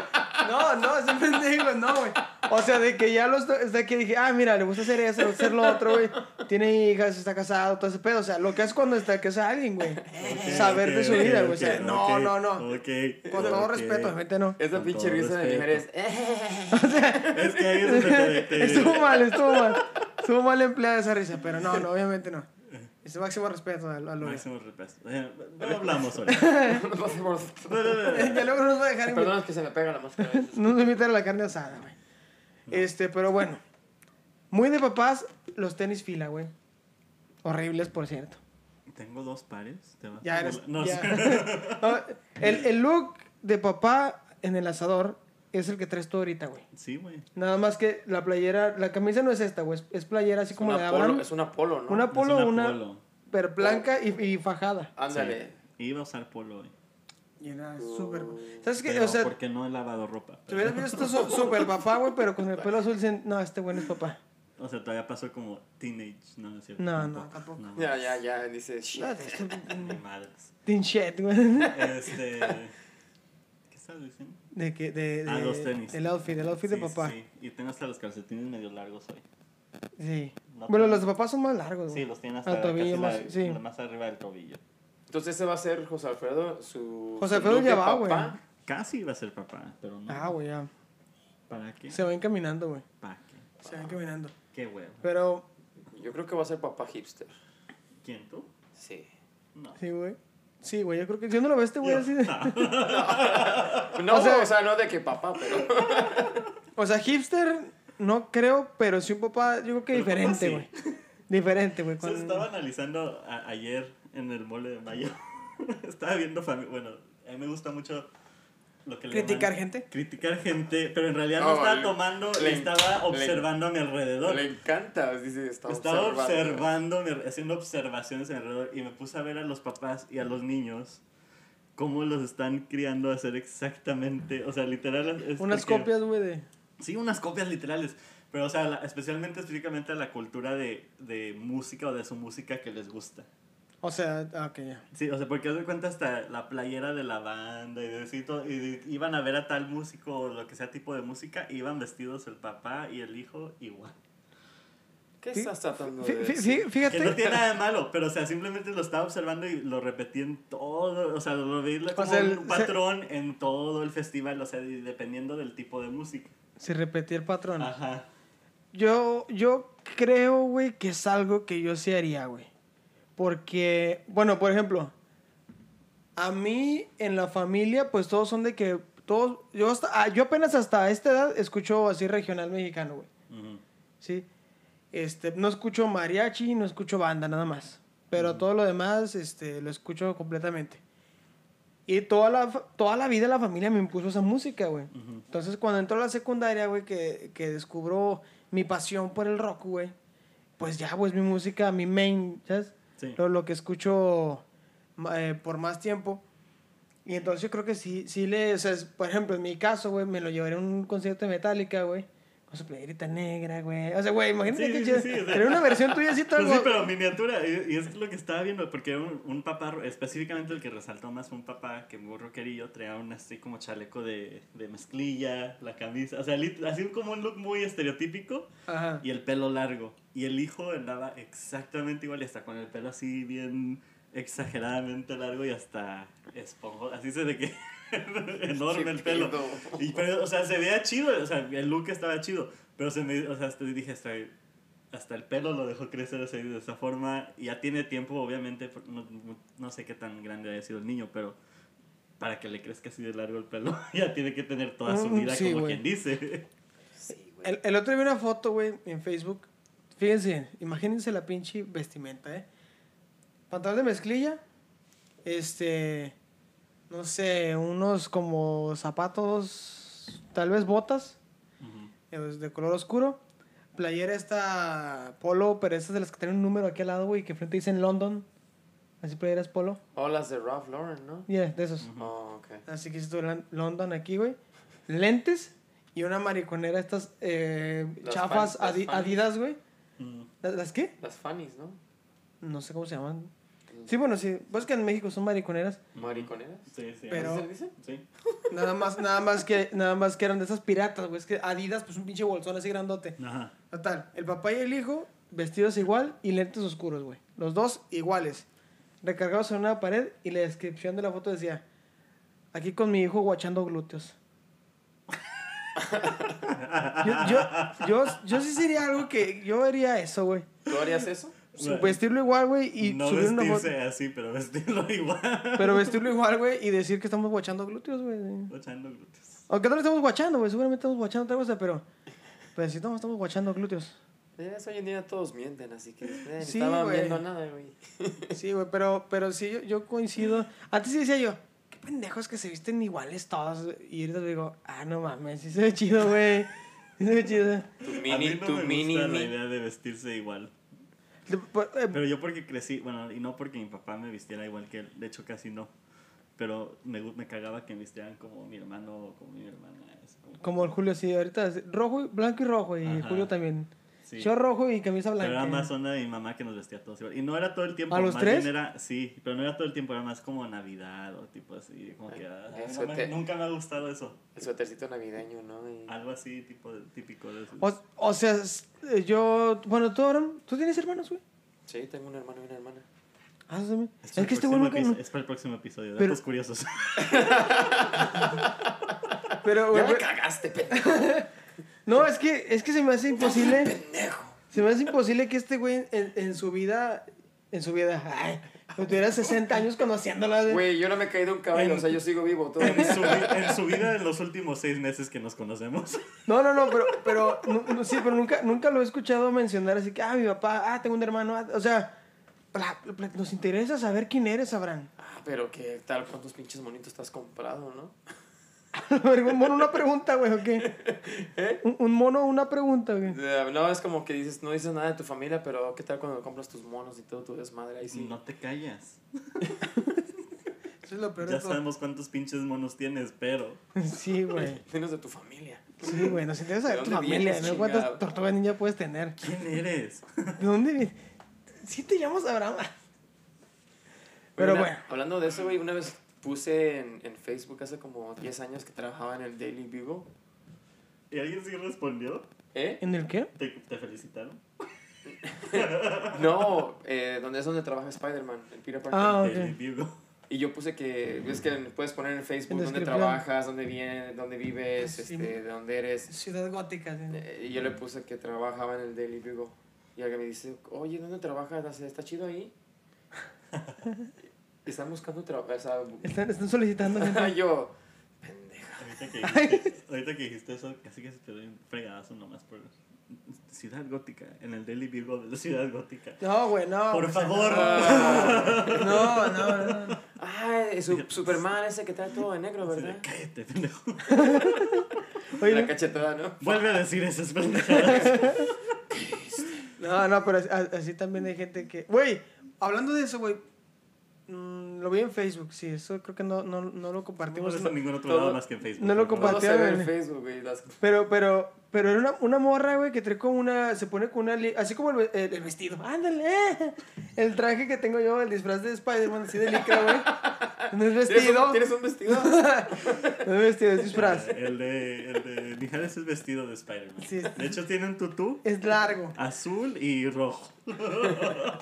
B: No, no, ese pendejo, no, güey. O sea, de que ya los. De que dije, ah, mira, le gusta hacer eso, le gusta hacer lo otro, güey. Tiene hijas, está casado, todo ese pedo. O sea, lo que es cuando está que es a alguien, güey.
A: Ok,
B: Saber de
A: ok,
B: su
A: ok,
B: vida, güey. O sea,
A: ok,
B: no,
A: ok,
B: no, no.
A: ok,
B: Con todo
A: ok.
B: respeto, obviamente no.
C: Esa
A: Con
C: pinche
A: todo
C: risa de
A: respeto.
C: mujeres.
A: Es que ahí es
C: Este,
A: donde te- te-
B: estuvo mal, estuvo mal. Estuvo mal empleada esa risa, pero no, no, obviamente no. Es el máximo respeto al, al lugar.
A: Máximo respeto. Eh, No hablamos ahorita.
C: "Eh,
B: Ya luego nos va a dejar invitar,
C: Perdón, es que se me pega la máscara. a veces.
B: nos va a invitar a la carne asada, güey. Este, pero bueno. Muy de papás, los tenis fila, güey. Horribles, por cierto.
A: Tengo dos pares. ¿Te vas
B: Ya
A: a
B: eres.
A: burlar? No,
B: ya.
A: sí.
B: No, el, el look de papá en el asador es el que traes tú ahorita, güey.
A: Sí, güey.
B: Nada más que la playera, la camisa no es esta, güey. es- Es playera así
C: Es
B: como
C: una
B: de
C: polo,
B: Abraham.
C: es una polo, ¿no?
B: Una polo,
A: Es
B: una,
A: Oh.
B: pero blanca y, y fajada.
C: Ándale.
A: Sí. Iba a usar polo hoy.
B: Y era
C: súper-
B: ¿Sabes qué?
A: Pero,
B: o sea,
A: ¿por qué no he lavado ropa?
B: te hubieras visto su- súper papá, güey, pero con el pelo azul dicen, no, este güey no es papá.
A: O sea, todavía pasó como teenage. No, no es cierto.
B: No, no, tampoco.
C: Ya, ya, ya. Dice, shit.
B: No, es un
A: Ni madres.
B: Tin shit, güey.
A: Este. ¿Qué estás diciendo?
B: De que, de, de,
A: Ah, los tenis.
B: El outfit, el outfit
A: Sí,
B: de papá. Sí.
A: Sí, sí. Y tengo hasta los calcetines medio largos hoy. No
B: bueno,
A: tan-
B: los de papá son más largos, güey.
A: Sí, los tiene
B: Al
A: hasta
B: Ah,
A: casi
B: tobillo más-
A: la-
B: sí.
A: la más arriba del tobillo.
C: Entonces ese va a ser José Alfredo, su...
B: José
C: su
B: Alfredo
C: look
B: ya
C: de
B: va, güey.
C: papá.
A: Casi iba a ser papá, pero no.
B: Ah, güey, ya.
A: ¿Para qué?
B: Se van caminando, güey.
A: ¿Para qué?
B: Se van caminando.
A: Qué huevo.
B: Pero,
C: Yo creo que va a ser papá hipster.
A: ¿Quién tú?
C: Sí.
A: No.
B: sí, güey. Sí, güey, yo creo que... Yo no lo veo a este güey
A: Yo. Ah.
B: así de...
C: No,
B: O
C: o
B: sea-
C: sea, no de que papá, pero...
B: O sea, hipster no creo, pero sí un papá, yo creo que
A: Pero papá
B: diferente,
A: sí.
B: güey. Diferente, güey.
A: O sea,
B: con-
A: estaba analizando a- ayer en el mole de mayo. estaba viendo familia. Bueno, a mí me gusta mucho lo que le
B: ¿Criticar
A: llaman-
B: gente?
A: Criticar gente, pero en realidad
C: No,
A: no estaba
C: le-
A: tomando,
C: le-
A: estaba
C: le-
A: observando a mi alrededor.
C: Le encanta, dice, está
A: Estaba
C: observando.
A: observando, mi- haciendo observaciones alrededor y me puse a ver a los papás y a los niños cómo los están criando a hacer exactamente, o sea, literal. es
B: Unas
A: porque-
B: copias, güey, de...
A: Sí, unas copias literales. Pero, o sea, la- especialmente, específicamente a la cultura de, de música o de su música que les gusta.
B: O sea, ah, ok, ya.
A: Sí, o sea, porque haz de cuenta hasta la playera de la banda y de sí, todo, y de- iban a ver a tal músico o lo que sea tipo de música, iban vestidos el papá y el hijo igual.
C: ¿Qué
B: Fí-
C: estás tratando
B: Fí-
C: de
B: fí- fí-
C: decir?
A: Que no
B: Fíjate,
A: tiene nada de malo, pero o sea, simplemente lo estaba observando y lo repetí en todo, o sea, lo veía como
B: sea, el-
A: un patrón en todo el festival, o sea, y dependiendo del tipo de música.
B: si repetí el patrón.
A: Ajá.
B: Yo, yo creo, güey, que es algo que yo sí haría, güey. Porque, bueno, por ejemplo, a mí en la familia, pues todos son de que, todos, yo, hasta, ah, yo apenas hasta esta edad escucho así regional mexicano, güey.
A: Ujú.
B: ¿sí? Este, no escucho mariachi, no escucho banda, nada más. Pero todo lo demás, este, lo escucho completamente. Y toda la, fa- toda la vida la familia me impuso esa música, güey. Entonces, cuando entró a la secundaria, güey, que, que descubro mi pasión por el rock, güey, pues ya, pues mi música, mi main, ¿sabes?
A: Sí.
B: Lo, lo que escucho ma- eh, por más tiempo. Y entonces yo creo que sí, sí le, o sea, es- por ejemplo, en mi caso, güey, me lo llevaré a un concierto de Metallica, güey. Con su playerita negra, güey. O sea, güey, imagínate
A: Sí,
B: que
A: sí,
B: chido.
A: sí, o sea.
B: Pero una versión tuya así todo.
A: Pues sí, pero miniatura, y, y es lo que estaba viendo, porque era un, un papá, específicamente el que resaltó más, fue un papá que muy rockerillo, traía un así como chaleco de, de mezclilla, la camisa, o sea, lit- así como un look muy estereotípico,
B: Ajá.
A: y el pelo largo. Y el hijo andaba exactamente igual, y hasta con el pelo así bien exageradamente largo y hasta esponjoso. Así se de que enorme el pelo.
C: Chiquito.
A: Y, pero, o sea, se veía chido, o sea, el look estaba chido, pero se me, o sea, hasta dije, hasta, hasta el pelo lo dejó crecer así, de esa forma, y ya tiene tiempo, obviamente, por- no, no sé qué tan grande haya sido el niño, pero para que le crezca así de largo el pelo, ya tiene que tener toda su
B: Mm,
A: vida,
B: sí,
A: como
B: güey.
A: quien dice.
C: Sí, güey.
B: El, el otro día vi una foto, güey, en Facebook. Fíjense, imagínense la pinche vestimenta, ¿eh? Pantalón de mezclilla. Este. No sé, unos como zapatos. Tal vez botas. eh, De color oscuro. Playera esta polo, pero estas de las que tienen un número aquí al lado, güey, que enfrente dicen London. Así playeras polo.
C: Oh, las de Ralph Lauren, ¿no?
B: Yeah, de esos.
C: Oh, ok.
B: Así que estuve en London aquí, güey. Lentes y una mariconera, estas eh,
C: Las
B: chafas
C: fan- las
B: Adi-
C: fan.
B: Adidas, güey.
A: Mm.
B: ¿Las, las qué?
C: Las Fannies, ¿no?
B: No sé cómo se llaman. Sí, bueno, sí. Pues que en México son mariconeras.
C: Mariconeras.
A: Sí, sí.
B: Pero-
C: ¿Así se dice?
A: Sí.
B: Nada más, nada más que, nada más que eran de esas piratas, güey. Es que Adidas, pues un pinche bolsón así grandote.
A: Ajá.
B: Total, el papá y el hijo vestidos igual y lentes oscuros, güey. Los dos iguales. Recargados en una pared y la descripción de la foto decía, aquí con mi hijo guachando glúteos. yo, yo, yo, yo sí sería algo que yo haría eso, güey.
C: ¿Tú harías eso?
B: su-
A: Bueno,
B: vestirlo igual, güey, y
A: no
B: subir una foto.
A: vestirse así, pero vestirlo igual.
B: Pero vestirlo igual, güey, y decir que estamos guachando glúteos, güey.
A: Bochando glúteos.
B: Aunque no lo estamos guachando, güey, seguramente estamos guachando otra cosa, pero... Pues sí, estamos, estamos guachando glúteos.
C: Ya ves, Pues, hoy en día todos mienten, así que eh,
B: Sí,
C: no estaban
B: güey.
C: viendo nada, güey.
B: Sí, güey, pero, pero sí, yo, yo coincido. Antes sí decía yo, qué pendejos que se visten iguales todos. Y ahorita digo, ah, no mames, sí se ve chido, güey. Sí se ve chido.
C: Tu
A: a mí
C: mini,
A: no
C: tu
A: me
C: mini,
A: gusta
C: mi-
A: la idea de vestirse igual.
B: De- por- eh,
A: Pero yo porque crecí, bueno, y no porque mi papá me vistiera igual que él, de hecho casi no. Pero me, gu- me cagaba que me vistieran como mi hermano o como mi hermana. es como-
B: Como el Julio, sí, ahorita es rojo, y- blanco y rojo, y
A: Ajá.
B: Julio también.
A: sí.
B: Yo rojo y camisa
A: Pero
B: blanca.
A: era más onda de mi mamá que nos vestía a todos igual. Y no era todo el tiempo.
B: ¿A los
A: más
B: tres?
A: bien era, sí, pero no era todo el tiempo, era más como Navidad o tipo así. Como que, ah,
C: Eso
A: no me-
C: te-
A: nunca me ha gustado eso.
C: El suétercito navideño, ¿no? Y-
A: Algo así tipo de- típico de eso.
B: O, o sea, es- eh, yo. Bueno, tú, Aaron, ¿tú tienes hermanos, güey?
C: Sí, tengo un hermano y una hermana.
B: Ah, eso también.
A: Es
B: Es,
A: para el
B: que este güey
A: próximo
B: nunca.
A: epi- es para el próximo episodio.
B: Pero-
A: Datos curiosos.
B: Pero, güey,
C: ya me
B: pero-
C: cagaste, pendejo.
B: no, es que, es que se me hace imposible.
C: pendejo.
B: Se me hace imposible que este güey en, en su vida. En su vida. Ay, tuviera 60 años conociéndola, güey.
C: Güey, yo no me he caído un caballo, o sea, yo sigo vivo
A: en,
C: todavía.
A: su, vi- en su vida, en los últimos seis meses que nos conocemos.
B: No, no, no, pero, pero nu- nu- sí, pero nunca, nunca lo he escuchado mencionar así que, ah, mi papá, ah, tengo un hermano, ah, o sea, pla- pla- nos interesa saber quién eres, Abraham.
C: Ah, pero qué tal, cuántos pinches monitos estás comprado, ¿no?
B: un mono, una pregunta, güey, ¿o qué? Un, un mono, una pregunta, güey.
C: Eh, No, es como que dices, no dices nada de tu familia, pero qué tal cuando compras tus monos y todo tu desmadre ahí sí.
A: No te callas.
B: Eso es lo peor de
A: ya
B: todo.
A: sabemos cuántos pinches monos tienes, pero.
B: Sí, güey.
C: Menos de tu familia.
B: Sí, güey, nos interesa saber
C: ¿De
B: tu
C: dónde
B: familia,
C: vienes,
B: ¿no? ¿Cuántas
C: chingado?
B: tortugas ninja puedes tener?
A: ¿Quién eres?
B: ¿De dónde vienes? Sí te llamas Abraham. Pero
C: Una-
B: bueno.
C: Hablando de eso, güey, una vez puse en, en Facebook hace como 10 años que trabajaba en el Daily Bugle.
A: ¿Y alguien sí respondió?
C: ¿Eh?
B: ¿En el qué?
A: ¿Te, te felicitaron?
C: No, eh, donde es donde trabaja Spider-Man, el Peter Parker.
B: Ah, ok.
A: Te digo.
C: Y yo puse que, ves que puedes poner en Facebook
B: En
C: dónde
B: descripción.
C: trabajas, dónde vienes, dónde vives,
B: Sí.
C: este, de dónde eres.
B: Ciudad gótica, sí.
C: Eh, Y yo le puse que trabajaba en el Daily Bugle. Y alguien me dice, oye, ¿dónde trabajas? Dice, ¿Está chido ahí? Están buscando trabajo. O sea, bu-
B: Están, están solicitando gente.
C: yo, pendeja.
A: Ahorita que, dijiste, ahorita que dijiste eso, casi que se te doy un fregadazo nomás por Ciudad Gótica, en el Daily Virgo de la Ciudad Gótica.
B: No, güey, no.
A: Por
B: o sea,
A: favor.
C: Ah,
B: No, no, no.
C: Ay, "Ah, su- Superman ese que trae todo de negro,
A: Así de,
C: ¿verdad?
A: Cállate, pendejo.
C: La
B: Oye,
C: cachetada, ¿no?
A: Vuelve a decir esas pendejadas.
B: no, no, pero así, a- así también hay gente que. Güey, hablando de eso, güey. mm, lo vi en Facebook, sí, eso creo que no, no, no lo
A: No
B: compartimos.
A: está en ningún otro
C: Todo-
A: lado más que en Facebook.
B: no lo
A: por favor.
C: Todo se ve en
B: Compartieron.
C: Facebook, güey. las-
B: Pero, pero, pero era una, una morra, güey, que trae como una. Se pone con una. li- Así como el, ve- el- el vestido. ¡Ándale! eh. El traje que tengo yo, el disfraz de Spider-Man, así de licra, güey. No es
C: ¿Tienes
B: vestido.
C: un, ¿Tienes un vestido?
B: No es vestido, es disfraz.
A: Eh, El de, el de Mijares es vestido de Spider-Man.
B: Sí, es-
A: De hecho, tiene un tutú
B: Es largo.
A: azul y rojo.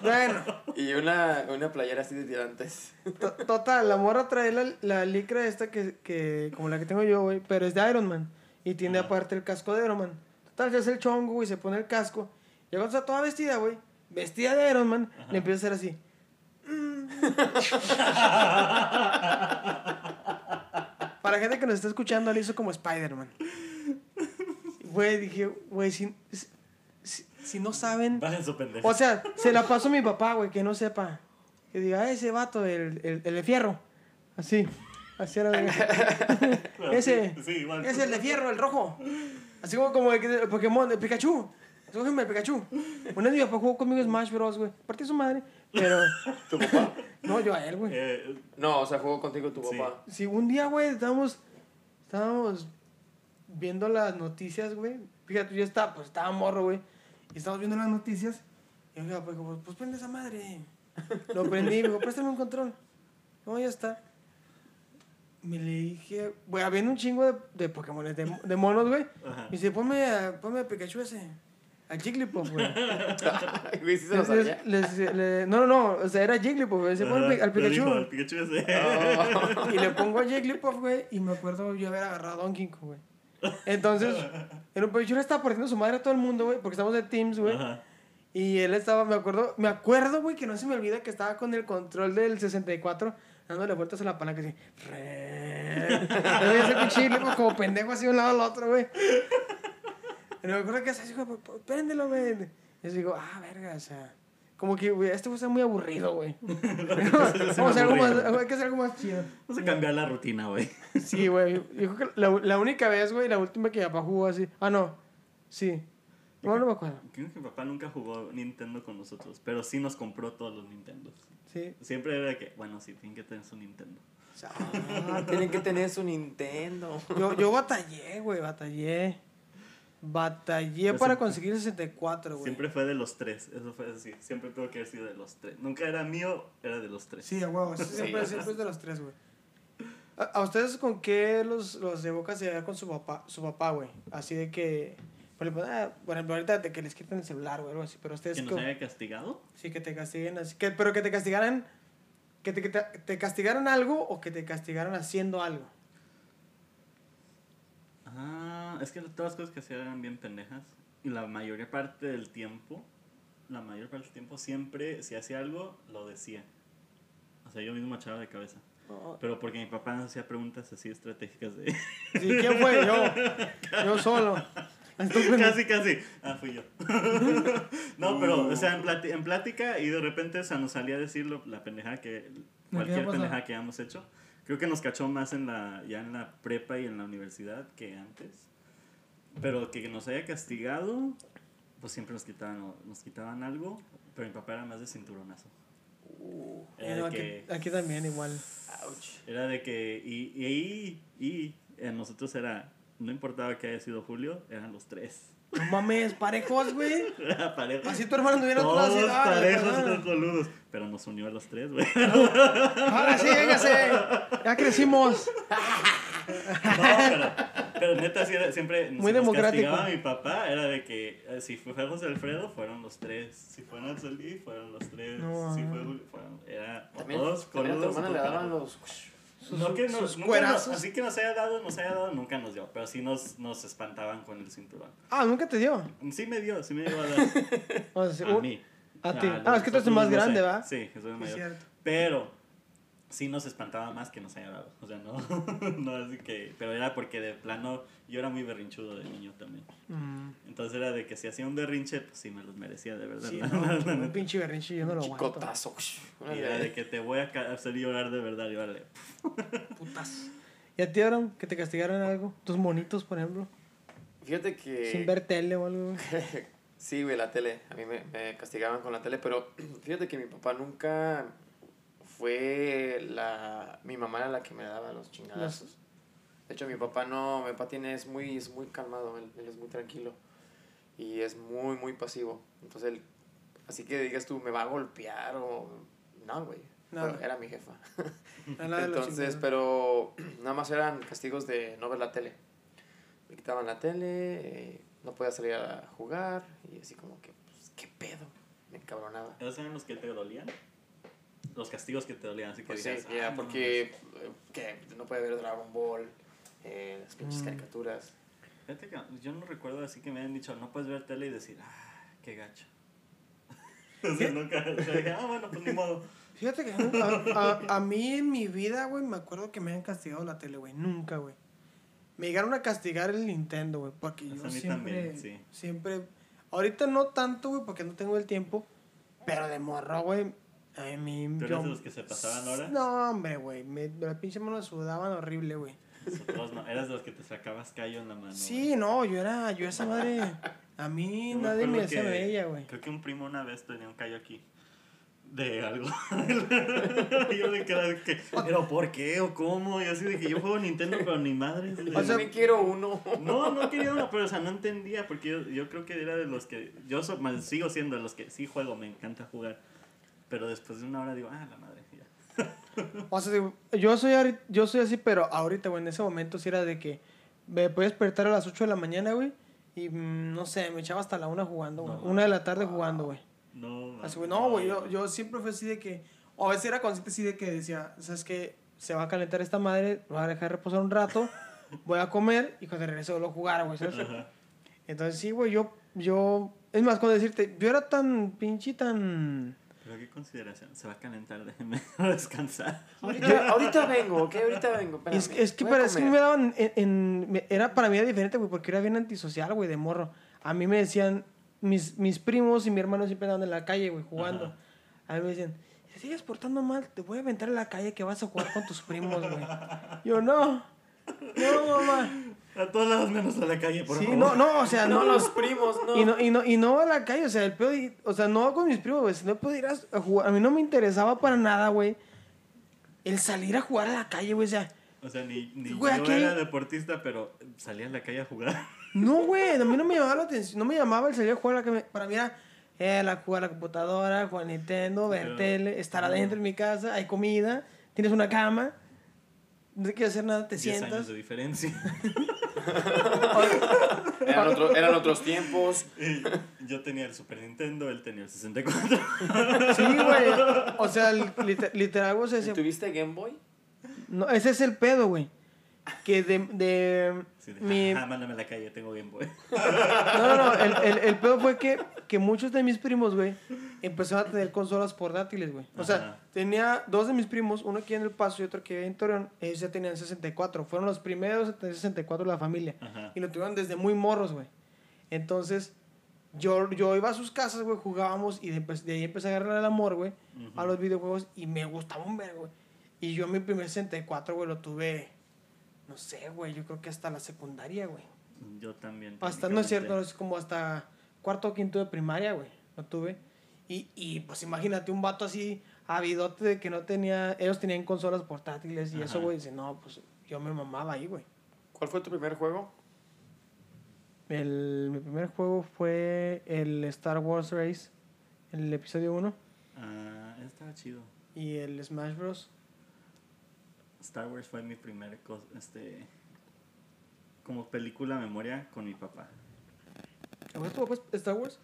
B: Bueno.
C: Y una, una playera así de tirantes.
B: To- Total, la morra trae la, la licra esta que, que, como la que tengo yo, güey, pero es de Iron Man. Y tiene
A: Ajá.
B: aparte el casco de Iron Man. Total, se hace el chongo, güey, se pone el casco. Y cuando está toda vestida, güey, vestida de Iron Man, le empieza a hacer así. Mm. Para gente que nos está escuchando, le hizo como Spider-Man. Güey, dije, güey, si, si, si no saben...
A: Bajen su pendejo.
B: O sea, se la paso a mi papá, güey, que no sepa. Que diga, "Ah, ese vato, el, el, el de fierro. Así. Así era. güey.
A: Pero
B: ese-
A: Ah, Sí, sí, igual.
B: Es el de fierro, el rojo. Así como, como el, que- el Pokémon, el Pikachu. Cógeme el Pikachu. Una vez mi papá jugó conmigo Smash Bros, güey. Partí su madre. Pero.
C: ¿Tu papá?
B: No, yo a él, güey.
A: Eh,
C: No, o sea, jugó contigo tu
A: Sí.
C: papá.
B: Si un día, güey, estábamos, estábamos viendo las noticias, güey. Fíjate, yo estaba, pues estaba morro, güey. Y estábamos viendo las noticias. Y mi papá dijo, pues, pues prende esa madre. Lo prendí, me dijo, préstame un control. No, ya está. Me le dije, güey, habiendo un chingo de, de Pokémon, de, de monos, güey.
A: ajá.
B: Me dice, ponme a, ponme a Pikachu ese. A Jigglypuff, güey.
C: Ay, güey, sí se lo
B: Les-
C: sabía.
B: les- les- le- no, no, no, o sea, era Jigglypuff. Me dice, ponme
A: Ajá,
B: al
A: pero
B: Pikachu. Ah,
A: dijo, al Pikachu ese.
C: Oh.
B: Y le pongo a Jigglypuff, güey, y me acuerdo yo haber agarrado a Donkey Kong, güey. Entonces, en un, yo le estaba partiendo su madre a todo el mundo, güey, porque estamos de Teams, güey.
A: Ajá.
B: Y él estaba, me acuerdo, me acuerdo, güey, que no se me olvida que estaba con el control del 64 dándole vueltas a la palanca así. re. Entonces, ese pinche libro como pendejo así de un lado al otro, güey. Y me acuerdo que así, güey, préndelo, güey. Y yo digo, ah, verga, o sea. Como que, güey, esto está muy aburrido, güey. Vamos a hacer algo más,
A: aburrido.
B: hay que hacer algo más chido.
A: Vamos a cambiar la rutina, güey.
B: Sí, güey. Yo creo que la, la única vez, güey, la última que mi papá jugó así. Ah, no. Sí. No, no me acuerdo.
A: Creo que mi papá nunca jugó Nintendo con nosotros, pero sí nos compró todos los Nintendos.
B: Sí.
A: Siempre era que, bueno, sí, tienen que tener su Nintendo.
B: O sea,
C: Ah, tienen que tener su Nintendo.
B: yo, yo batallé, güey, batallé. Batallé
A: Yo
B: para
A: siempre-
B: conseguir 64, Ah, güey.
A: Siempre fue de los tres, eso fue así. Siempre tuvo que haber sido de los tres. Nunca era mío, era de los tres.
B: Sí, a huevo.
C: Sí.
B: Siempre, siempre es de los tres, güey. ¿A, a ustedes con qué los, los evocan llegar con su papá, su papá, güey? Así de que... Por ejemplo, ah, por ejemplo, ahorita de que les quiten el celular, güey, algo así. Pero ustedes...
A: ¿Que nos
B: con-
A: haya castigado?
B: Sí, que te castiguen así. Que, pero que te castigaran. Que te, que te, te castigaran algo o que te castigaran haciendo algo.
A: Ah, es que todas las cosas que hacía eran bien pendejas. Y la mayor parte del tiempo, la mayor parte del tiempo, siempre si hacía algo, lo decía. O sea, yo mismo echaba de cabeza. Pero porque mi papá nos hacía preguntas así estratégicas de...
B: Sí, ¿Quién fue? Yo. Yo solo.
A: casi, casi. Ah, fui yo. no, pero, o sea, en, plati- en plática y de repente o sea, nos salía a decir lo- la pendejada que...
B: ¿La que
A: Cualquier
B: había pasado?
A: pendejada que hayamos hecho. Creo que nos cachó más en la, ya en la prepa y en la universidad que antes. Pero que nos haya castigado, pues siempre nos quitaban, o- nos quitaban algo. Pero mi papá era más de cinturonazo.
B: Eh,
A: Era
B: no,
A: de
B: aquí,
A: que-
B: aquí también igual.
C: Ouch.
A: era de que. Y, y, y, a nosotros era. No importaba que haya sido Julio, eran los tres.
B: No mames, parejos, güey.
A: Era parejo.
B: Así tu hermano tuviera otro lado
A: Todos
B: así. ah, la
A: parejos,
B: verdad.
A: todos coludos. Pero nos unió a los tres, güey.
B: Ahora sí, véngase. Ya crecimos.
A: No, pero, pero neta, sí era- siempre
B: Muy
A: nos
B: democrático.
A: castigaba mi papá. Era de que eh, si fue fue José Alfredo, fueron los tres. Si fue Natsali, fueron los tres.
B: No,
A: si
B: ah.
A: fue Julio, fueron. Era o
C: También,
A: todos
C: también a tu
A: coludos.
C: hermana
A: o
C: le daban
A: parejos.
C: los...
A: No que nos, nunca
B: sus
A: nos-
B: cuerazos.
A: así que nos haya dado, nos haya dado, nunca nos dio. Pero sí nos, nos espantaban con el cinturón.
B: Ah, nunca te dio.
A: Sí me dio, sí me dio a dar.
B: O sea,
A: a
B: uh,
A: mí.
B: a ti.
A: los
B: Ah, es que tú eres
A: otros
B: más
A: no sé.
B: grande, ¿va?
A: Sí, que soy el
B: Es
A: mayor.
B: cierto.
A: Pero sí nos espantaba más que nos haya dado. O sea, no, no así que... Pero era porque de plano yo era muy berrinchudo de niño también.
B: Mm,
A: Entonces era de que si hacía un berrinche, pues sí me los merecía, de verdad.
B: sí,
A: la-
B: no,
A: la- la-
B: un pinche berrinche yo no lo aguanto.
C: Chicotazo.
A: y era de que te voy a ca- hacer llorar de verdad, y órale.
C: Putas.
B: ¿Y a ti, Aram, que te castigaran algo? ¿Tus monitos, por ejemplo?
C: Fíjate que...
B: Sin ver tele o algo, güey.
C: Sí, güey, la tele. A mí me, me castigaban con la tele, pero fíjate que mi papá nunca fue la... Mi mamá era la que me daba los chingadazos. De hecho, mi papá no, mi papá tiene, es muy, es muy calmado, él, él es muy tranquilo y es muy, muy pasivo. Entonces, él, así que digas tú, me va a golpear o... No, güey.
B: No,
C: Pero
B: güey.
C: Era mi jefa.
B: A la de los
C: Entonces,
B: chingados.
C: pero nada más eran castigos de no ver la tele. Me quitaban la tele, eh, no podía salir a jugar y así como que, pues, ¿qué pedo? Me encabronaba.
A: ¿Esos eran los que te dolían? Los castigos que te dolían, así que
C: Pues sí,
A: dijeras,
C: ya,
A: "Ah, no
C: porque eh, que no podía ver Dragon Ball, eh, las pinches
B: Mm.
C: caricaturas.
A: Fíjate que yo no recuerdo así que me hayan dicho, no puedes ver tele y decir, ah, qué gacho. O sea, nunca, o sea, dije, ah, bueno, pues ni modo.
B: Fíjate que a, a- a mí en mi vida, güey, me acuerdo que me han castigado la tele, güey. Nunca, güey. Me llegaron a castigar el Nintendo, güey. Porque
A: Pues
B: yo
A: a mí
B: siempre.
A: también, sí.
B: Siempre. Ahorita no tanto, güey, porque no tengo el tiempo. Pero de morro, güey. A mí.
A: ¿Tú
B: yo-
A: eras de los que se pasaban horas?
B: No, hombre, güey. Me, la pinche mano sudaban horrible, güey.
A: Nosotros no, eras de los que te sacabas callo en la mano.
B: sí, no, yo era. Yo esa madre. A mí
A: Yo me
B: nadie me
A: acuerdo
B: hacía
A: que-
B: de ella, güey.
A: Creo que un primo una vez tenía un callo aquí. De algo. Y yo me quedaba de que, pero ¿por qué o cómo? Y así de que yo juego Nintendo, pero ni madres.
C: Yo
A: güey.
B: O sea,
C: también quiero uno.
A: No, no quería una, pero o sea, no entendía, porque yo, yo creo que era de los que, yo so- más, sigo siendo de los que sí juego, me encanta jugar, pero después de una hora digo, ah, la madre, ya.
B: O sea, digo, yo soy, ahori- yo soy así, pero ahorita, güey, en ese momento sí era de que me podía despertar a las 8 de la mañana, güey. Y mm, no sé, me echaba hasta la 1 jugando, güey.
A: No,
B: una de la tarde jugando, güey.
A: No, man,
B: Así, Ah, güey, no, güey,
A: no.
B: yo, yo siempre fui así de que. O a veces era consciente así de que decía, ¿sabes qué? Se va a calentar esta madre, lo voy a dejar reposar un rato, voy a comer y cuando regrese vuelvo a jugar, güey, ¿sabes?
A: Ajá.
B: Entonces sí, güey, yo, yo Es más, con decirte, yo era tan pinche, tan...
A: Pero qué consideración. Se va a calentar, déjenme descansar.
C: Ahorita, ahorita vengo, ¿ok? Ahorita vengo.
B: Y es,
C: espérame,
B: es que,
C: voy a
B: para- es que
C: comer.
B: me daban. En, en- me- era, para mí era diferente, güey, porque era bien antisocial, güey, de morro. A mí me decían. Mis, mis primos y mi hermano siempre andaban en la calle, güey, jugando.
A: Ajá.
B: A mí me decían, si sigues portando mal, te voy a aventar en la calle que vas a jugar con tus primos, güey. Yo, no. No, mamá.
A: A todos lados menos a la calle, por
B: Sí,
A: favor.
B: no, no, o sea, no.
C: No los primos, no.
B: Y no, y, no, y no a la calle, o sea, el pedo, de- o sea, no con mis primos, güey, no puedo ir a, a jugar, a mí no me interesaba para nada, güey, el salir a jugar a la calle, güey, o sea,
A: O sea, ni, ni
B: Güey,
A: yo
B: aquí-
A: era deportista, pero salía a la calle a jugar.
B: No, güey, a mí no me llamaba la atención, no me llamaba el salir a jugar a la que me- para mí era eh, la jugar a la computadora, jugar a Nintendo, ver
A: Pero-
B: tele, estar
A: no.
B: adentro en mi casa, hay comida, tienes una cama, no te quieres hacer nada, te
A: 10 años
B: sientas.
A: de diferencia.
C: Eran, otro- eran otros tiempos.
A: Y yo tenía el Super Nintendo, él tenía el 64.
B: Sí, güey. O sea, el- liter- literal, güey, o sea,
C: ¿Y
B: ese,
C: ¿Tuviste Game Boy?
B: no, ese es el pedo, güey. Que de, de
A: Sí, de,
B: mi,
A: "Ja, ja, mándame a la calle, tengo Game Boy.
B: No, no, no. El, el, el pedo fue que, que muchos de mis primos, güey, empezaron a tener consolas portátiles, güey. O sea,
A: Ajá.
B: tenía dos de mis primos, uno aquí en El Paso y otro aquí en Torreón. Ellos ya tenían 64. Fueron los primeros en tener 64 de la familia.
A: Ajá.
B: Y lo tuvieron desde muy morros, güey. Entonces, yo, yo iba a sus casas, güey, jugábamos y de, pues, de ahí empecé a agarrar el amor, güey, a los videojuegos y me gustaba un vergo, güey. Y yo mi primer 64, güey, lo tuve, no sé, güey, yo creo que hasta la secundaria, güey.
A: Yo también.
B: Hasta, no es cierto,
A: técnicamente.
B: es como hasta cuarto o quinto de primaria, güey. No tuve. Y, y pues imagínate un vato así, avidote de que no tenía. Ellos tenían consolas portátiles y eso,
A: Ajá.
B: güey. Dice, no, pues yo me mamaba ahí, güey.
C: ¿Cuál fue tu primer juego?
B: El, mi primer juego fue el Star Wars Race, el episodio 1,
A: Ah, estaba chido.
B: y el Smash Bros.
A: Star Wars fue mi primer cos- este como película memoria con mi papá.
B: ¿Te gusta pues, Star Wars?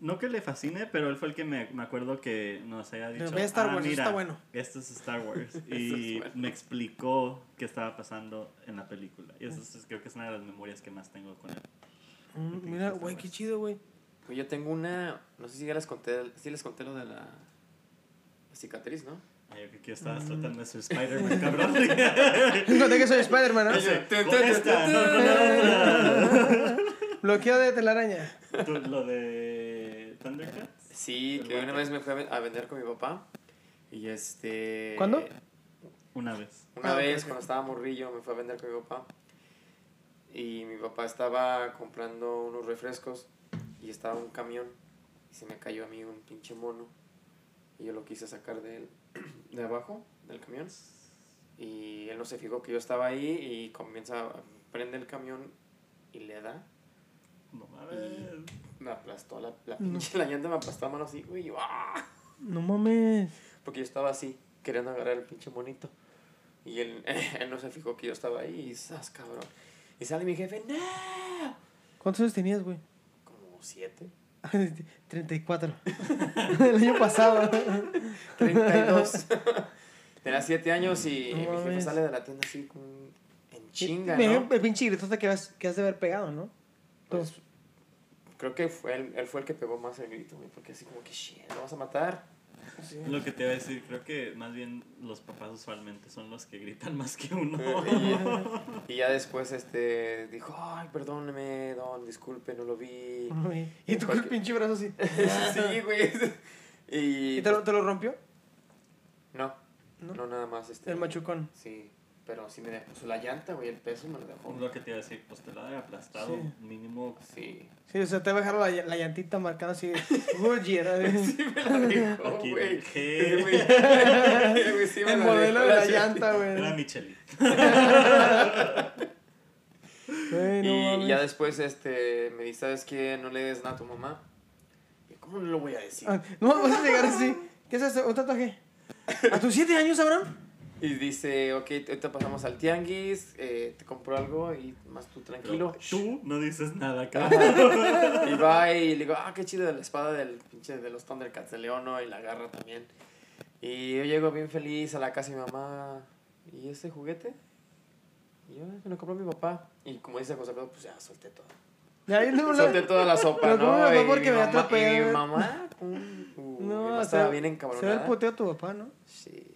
A: No que le fascine, pero él fue el que me, me acuerdo que nos había
B: Pero
A: dicho.
B: ve Star
A: "Ah,
B: Wars, eso
A: mira,
B: está bueno".
A: Esto es Star Wars. y me explicó qué estaba pasando en la película. Y eso es- creo que es una de las memorias que más tengo con él. Sí,
B: Mm, mira,
A: Star
B: güey,
A: Wars.
B: qué chido, güey.
C: Pues Yo tengo una. No sé si ya les conté. Sí les conté lo de la, la cicatriz, ¿no?
A: Ay, yo creo que
B: Mm.
A: estabas tratando de ser Spider-Man, cabrón.
B: Conté que soy Spider-Man, ¿no?
A: Ese, con esta, no con la
B: Bloqueo de telaraña.
A: otra. Tú, Lo de Thundercats.
C: Sí,
A: El
C: que
A: guante.
C: una vez me fui a ven- a vender con mi papá. Y este.
B: ¿Cuándo?
A: Una vez.
C: Una
B: Ah, ok,
C: vez,
B: ok.
C: cuando estaba morrillo, me fue a vender con mi papá. Y mi papá estaba comprando unos refrescos. Y estaba un camión. Y se me cayó a mí un pinche mono. Y yo lo quise sacar de, de abajo del camión. Y él no se fijó que yo estaba ahí. Y comienza. a- Prende el camión y le da.
A: No mames.
C: Me aplastó la, la pinche. La llanta me aplastó la mano así. Uy, yo, ¡ah!
B: No mames.
C: Porque yo estaba así, queriendo agarrar el pinche monito. Y él, él no se fijó que yo estaba ahí y ¡zas, cabrón! Y sale mi jefe, ¡no!
B: ¿Cuántos años tenías, güey?
C: Como siete.
B: 34. El año pasado.
C: 32. Tenía siete años y,
B: No
C: mi jefe
B: mames.
C: sale de la tienda así con, en chinga,
B: Me-
C: ¿no?
B: El pinche gritote que, has- que has de haber pegado, ¿no?
C: Pues,
B: Entonces,
C: creo que fue él, él fue el que pegó más el grito, güey, porque así como que, shit, ¿lo vas a matar?
A: Lo que te iba a decir, creo que más bien los papás usualmente son los que gritan más que uno.
B: Eh,
C: Y, y ya después este, dijo, ay, perdóneme, don, disculpe, no lo vi.
B: no, güey. y tú con el pinche brazo así.
C: sí, güey. y... pues,
B: ¿Y te lo, te lo rompió?
C: No,
B: ¿No?
C: No, nada más este.
B: El machucón.
C: Sí, pero sí me dejó. Pues la llanta, güey, el peso me lo dejó.
A: Lo que te iba a decir, pues te lo había aplastado
B: Sí.
A: mínimo
C: Sí.
B: Sí, o sea, te dejaron la, la llantita marcada así. Gurgi, era de-
C: Sí me la dejó,
A: Aquí
C: güey.
A: dejé.
C: Sí, güey. Sí, güey, sí me
B: El
C: la
B: modelo
C: dejó
B: de la llanta,
A: Era
B: güey.
A: Micheli.
B: Güey, no
C: Y
B: mames.
C: ya después este, me dice, ¿sabes qué? No le des nada a tu mamá. Y, ¿Cómo no lo voy a decir?
B: Ah, No vas a llegar así. ¿Qué es eso? ¿Un tatuaje? ¿A tus 7 años, Abraham?
C: Y dice, ok, ahorita pasamos al tianguis, eh, te compro algo y más tú tranquilo.
A: Tú no dices nada, cabrón.
C: Ajá. y va y le digo, ah, qué chido la espada del pinche de los Thundercats de León, ¿no? Y la garra también. Y yo llego bien feliz a la casa de mi mamá. ¿Y ese juguete? Y yo, "Ah, me lo compró mi papá. Y como dice José Alfredo, pues ya solté todo.
B: De ahí no,
C: Solté toda la sopa,
B: Pero
C: ¿no?
B: ¿cómo me fue
C: Y
B: porque
C: mi
B: me
C: mamá-
B: atropellé?
C: y mi mamá, pum, pum, mi mamá
B: no,
C: estaba
B: se- Se
C: bien
B: ve el
C: encabronada.
B: puteo de tu papá, ¿no?
C: Sí.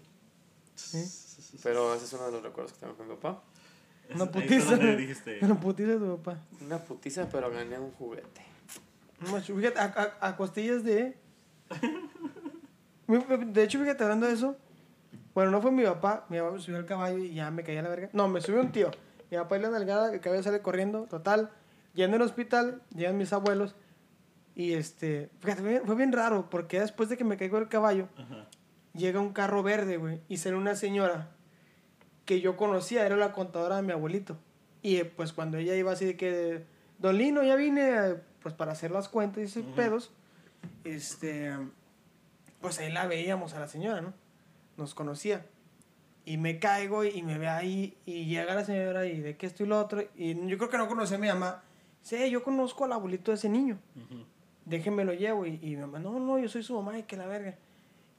C: Pero ese es uno de los recuerdos que tengo con mi papá.
A: Ahí fue
B: putiza.
A: donde dijiste,
B: El putiza de tu papá.
C: Una putiza, pero gané un juguete.
B: No, macho, fíjate, a, a- a costillas de... Mi- mi- De hecho, fíjate, hablando de eso, bueno, no fue mi papá, mi papá me subió al caballo y ya me caía la verga. No, me subió un tío. Mi papá y la nalgada, el caballo sale corriendo, total. Yendo al hospital, llegan mis abuelos y este, fíjate, fue bien, fue bien raro porque después de que me caigo el caballo,
A: Ajá.
B: llega un carro verde, güey, y sale una señora que yo conocía, era la contadora de mi abuelito. Y eh, pues cuando ella iba así de que, Don Lino, ya vine, eh, pues para hacer las cuentas y sus pedos, este, pues ahí la veíamos a la señora, ¿no? Nos conocía. Y me caigo y me ve ahí y llega la señora y de que esto y lo otro. Y yo creo que no conocía a mi mamá. Sí, yo conozco al abuelito de ese niño
A: Ujú.
B: déjenme lo llevo. Y, y mi mamá, no, no, yo soy su mamá y que la verga.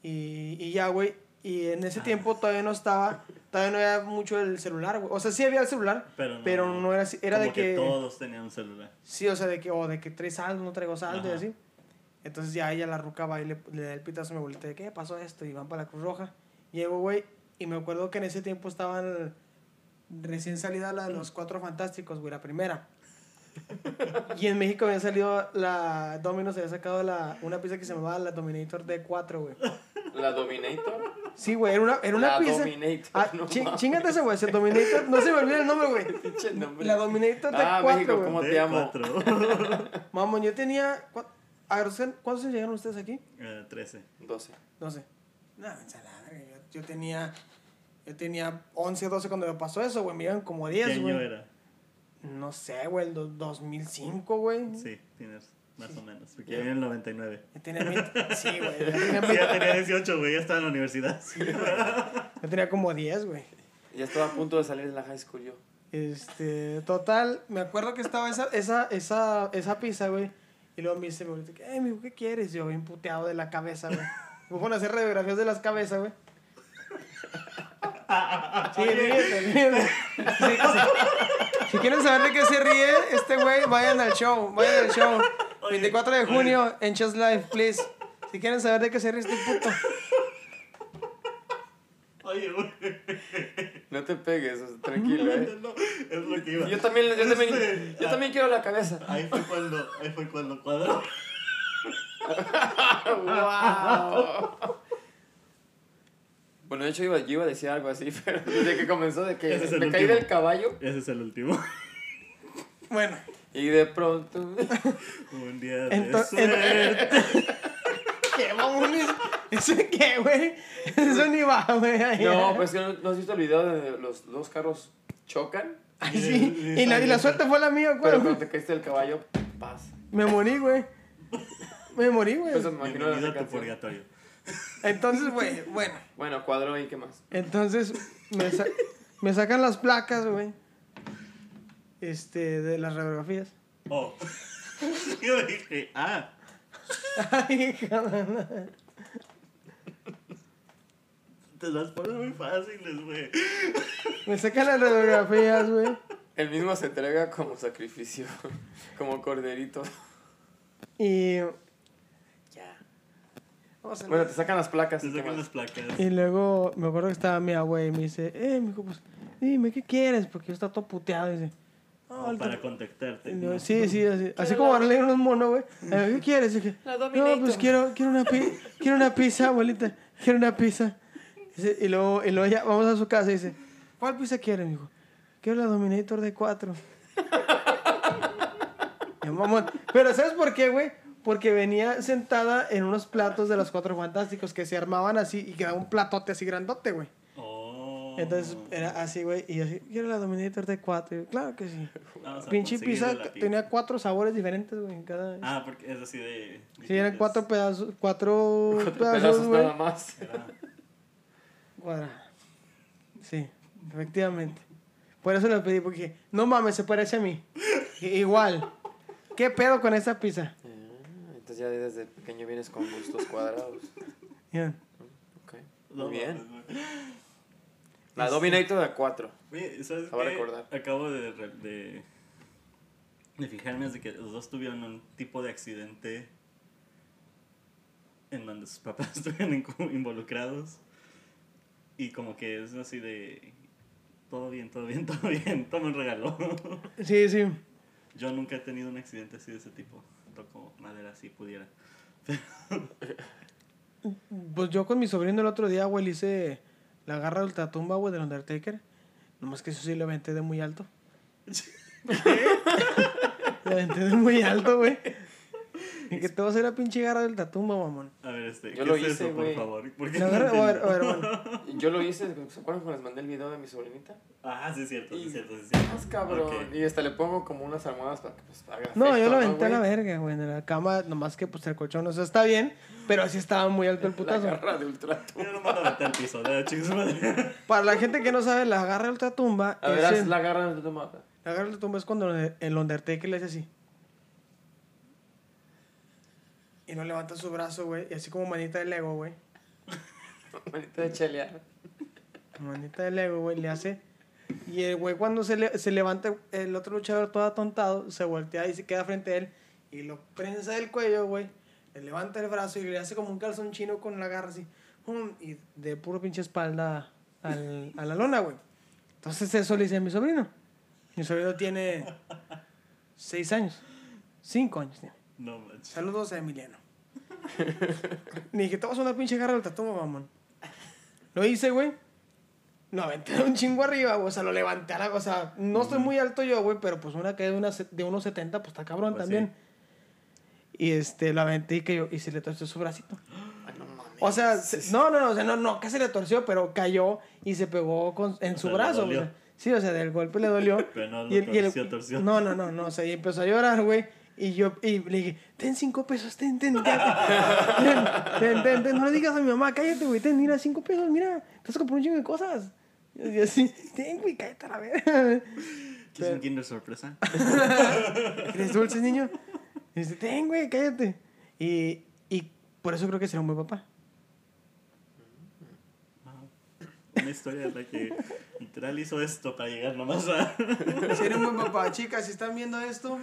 B: Y, y ya, güey. Y en ese tiempo todavía no estaba, todavía no era mucho el celular, güey. O sea, sí había el celular,
A: Pero
B: pero
A: no-
B: no, era así. Era
A: como
B: de que,
A: todos tenían un celular.
B: sí, o sea, de que, o de que traes saldo, no traigo saldo y
A: Ajá.
B: así. Entonces ya ella la rucaba y le, le da el pitazo a mi abuelita de qué pasó esto y van para la Cruz Roja. Llego, güey, y me acuerdo que en ese tiempo estaban recién salida la de los Cuatro Fantásticos, güey, la primera. y en México había salido la Domino's, había sacado la, una pieza que se llamaba la Dominator D4, güey.
C: La Dominator.
B: Sí, güey, era una, era una
C: la
B: pieza.
C: Dominator.
B: Ah,
C: no
B: chi-
C: mames.
B: chingate esa, güey, se Dominator, no se me olvida el nombre, güey.
C: Pinche nombre.
B: La Dominator
C: Ah,
B: D4,
C: México,
B: güey.
C: ¿cómo te llamo?
A: D4.
B: Mamón, yo tenía. cua- a ver, ¿ustedes- ¿Cuántos años llegaron ustedes aquí?
A: Eh, 13.
C: 12.
B: No sé. No, ensalada, güey. Yo, yo tenía. Yo tenía 11, 12 cuando me pasó eso, güey. Me iban como
A: ¿Qué
B: 10,
A: año
B: güey.
A: era?
B: No sé, güey, el do- 2005, güey.
A: Sí, tienes más o menos. Porque yo en el 99.
B: Yo tenía 20 Sí, güey. Yo, tenía
A: Sí, ya
B: 20
A: tenía 18, güey. Ya estaba en la universidad.
B: yo tenía como 10, güey.
C: Ya estaba a punto de salir de la high school yo.
B: Este, total, me acuerdo que estaba esa, esa, esa, esa pizza, güey. Y luego me dice, mi abuelito, "Eh, mijo, ¿qué quieres? Yo, bien puteado de la cabeza, güey. Me ponen a hacer radiografías de las cabezas, güey. Sí, ríete, ríete. Sí, sí. Si quieren saber de qué se ríe este güey, vayan al show, vayan al show. 24 de junio en Chess Life, please. Si quieren saber de qué se ríe este puto.
A: Oye, güey.
C: No te pegues, tranquilo, eh.
A: No, es lo que iba.
C: Yo también, yo también,
A: Este,
C: yo
A: ah,
C: también quiero la cabeza.
A: Ahí fue cuando, ahí fue cuando cuadró.
C: Wow. Bueno, de hecho iba, yo iba a decir algo así, pero desde que comenzó de que
A: Ese es el
C: me caí
A: último.
C: del caballo
A: Ese es el último.
B: Bueno,
C: y de pronto
A: Un día de
B: Ento-
A: suerte.
B: ¿qué, mamones? ¿Eso qué, güey? Eso ni va, güey. ahí.
C: No, pues que no, ¿no has visto el video donde los dos carros chocan,
B: Ay, sí. Y la, y la suerte fue la mía,
C: pero cuando
B: güey.
C: te caíste del caballo, paz.
B: Me morí, güey. Me morí, güey.
C: Pues me imagino la
A: Bienvenido a tu
C: canción.
A: purgatorio.
B: Entonces, güey, bueno.
C: Bueno, cuadro y qué más.
B: Entonces, me, sa- me sacan las placas, güey. Este, de las radiografías.
A: Oh. Yo dije, ah.
B: Ay, cabrón.
A: Te las pones muy fáciles, güey.
B: me sacan las radiografías, güey.
C: El mismo se entrega como sacrificio, como corderito.
B: Y,
C: Ya. Bueno, te sacan las placas.
A: Se
C: ¿qué
A: sacan
C: más?
A: las placas.
B: y luego me acuerdo que estaba mi abuela y me dice, eh, mijo, pues dime, ¿qué quieres? Porque yo estaba todo puteado. Y dice,
A: Oh,
B: ahorita-
A: para contactarte.
B: No,
A: ¿no?
B: sí, sí, así, así como van a leer unos monos, güey. A ver, ¿Qué quieres? Y dije, no, pues quiero, quiero, una pi- quiero una pizza, abuelita. Quiero una pizza. Dice, Y luego, y luego ya vamos a su casa y dice, ¿cuál pizza quieres, mijo? Quiero la Dominator de 4. Pero ¿sabes por qué, güey? Porque venía sentada en unos platos de los cuatro fantásticos que se armaban así y quedaba un platote así grandote, güey.
A: Oh.
B: Entonces era así, güey. Y yo así, quiero la Dominator de 4. Claro que sí.
A: Vamos a
B: Pinche
A: conseguirle
B: pizza
A: la
B: c- tenía cuatro sabores diferentes, güey, en cada...
A: Ah, porque es así de.
B: sí, eran cuatro pedazos, cuatro,
C: Cuatro
B: pedazos,
C: pedazos
B: güey.
C: nada más.
A: Era-
B: Cuadra- Sí, efectivamente. Por eso lo pedí, porque no mames, se parece a mí. I- Igual. ¿Qué pedo con esa pizza?
C: Ah, Entonces ya desde pequeño vienes con gustos cuadrados.
B: Ya.
C: Ok.
A: No,
C: Muy bien.
A: mames, güey.
C: La Dominator de 4.
A: Oye, ¿sabes
C: La voy a
A: qué?
C: recordar.
A: Acabo de, re- de de fijarme es de que los dos tuvieron un tipo de accidente en donde sus papás estuvieron in- como involucrados. Y como que es así de. Todo bien, todo bien, todo bien, toma un regalo.
B: Sí, sí.
A: Yo nunca he tenido un accidente así de ese tipo. Toco madera si pudiera.
B: Pues yo con mi sobrino el otro día, güey, le hice la garra de ultratumba, güey, del Undertaker. Nomás que eso sí lo aventé de muy alto. Lo aventé de muy alto, güey. Y que te vas a ir a pinche garra del ultratumba, mamón.
A: A ver, este.
C: Yo
A: ¿Qué
C: lo
A: es
C: hice,
A: eso, por
C: güey.
A: favor? ¿Por qué
B: La
A: no
B: garra, a ver,
A: entiendo?
B: a ver, bueno.
C: Yo lo hice, ¿se acuerdan cuando les mandé el video de mi sobrinita?
A: Ah, sí, es cierto, sí,
C: Y-
A: es cierto, sí, es cierto.
C: Más cabrón.
A: Ok.
C: Y hasta le pongo como unas almohadas para que pues haga
B: No, yo
C: efecto,
B: lo aventé a
C: güey?
B: la verga, güey, en la cama, nomás que pues el colchón, o sea, está bien, pero así estaba muy alto el
C: La
B: putazo.
C: garra de ultratumba.
A: Yo no mando a meter al piso, ¿verdad, chicos? Madre.
B: Para la gente que no sabe, la garra de ultratumba
C: A ver,
B: es
C: haz
B: el-
C: la garra de ultratumba.
B: La garra de la tumba es cuando el Undertaker le hace así. Y no levanta su brazo, güey. Y así como manita de Lego, güey.
C: Manita de chelear.
B: Manita de Lego, güey. Le hace. Y el güey cuando se, le- se levanta, el otro luchador todo atontado, se voltea y se queda frente a él. Y lo prensa del cuello, güey. Le levanta el brazo y le hace como un calzón chino con la garra así. pum, Y de puro pinche espalda al- a la lona, güey. Entonces eso le hice a mi sobrino. Mi sobrino tiene seis años. Cinco años tiene.
A: No manches.
B: Saludos a Emiliano. Ni dije, te vas a una pinche garra del tatuaje, mamón. Lo hice, güey. No, aventé un chingo arriba, güey. O sea, lo levanté a la... O sea, no estoy muy alto yo, güey, pero pues una caída de, una, se- de unos 70, pues está cabrón
A: Pues
B: también. Y este, lo aventé y cayó. Y se le torció su bracito.
C: Ay, no mames.
B: O sea, se- no, no, no, o sea, no, no, casi le torció, pero cayó y se pegó con, en
A: O
B: su
A: sea, le
B: brazo,
A: dolió.
B: güey. Sí, o sea, del golpe le dolió.
A: Pero no lo
B: y el- y el-
A: torció, torció.
B: No, no, no, no, o sea, y empezó a llorar, güey. Y yo y le dije, ten cinco pesos, ten, ten, ten, ten, ten, ten, ten, no le digas a mi mamá, cállate, güey, ten, mira, cinco pesos, mira, te vas a comprar un chingo de cosas. Y así, ten, güey, cállate a la verga.
A: ¿Quieres
B: Pero-
A: un Kinder sorpresa?
B: ¿Eres dulce, niño? Y dice, ten, güey, cállate. Y, y por eso creo que será un buen papá.
A: Wow. Una historia en la que literal hizo esto para llegar nomás a.
B: Si eres un buen papá, chicas, si están viendo esto,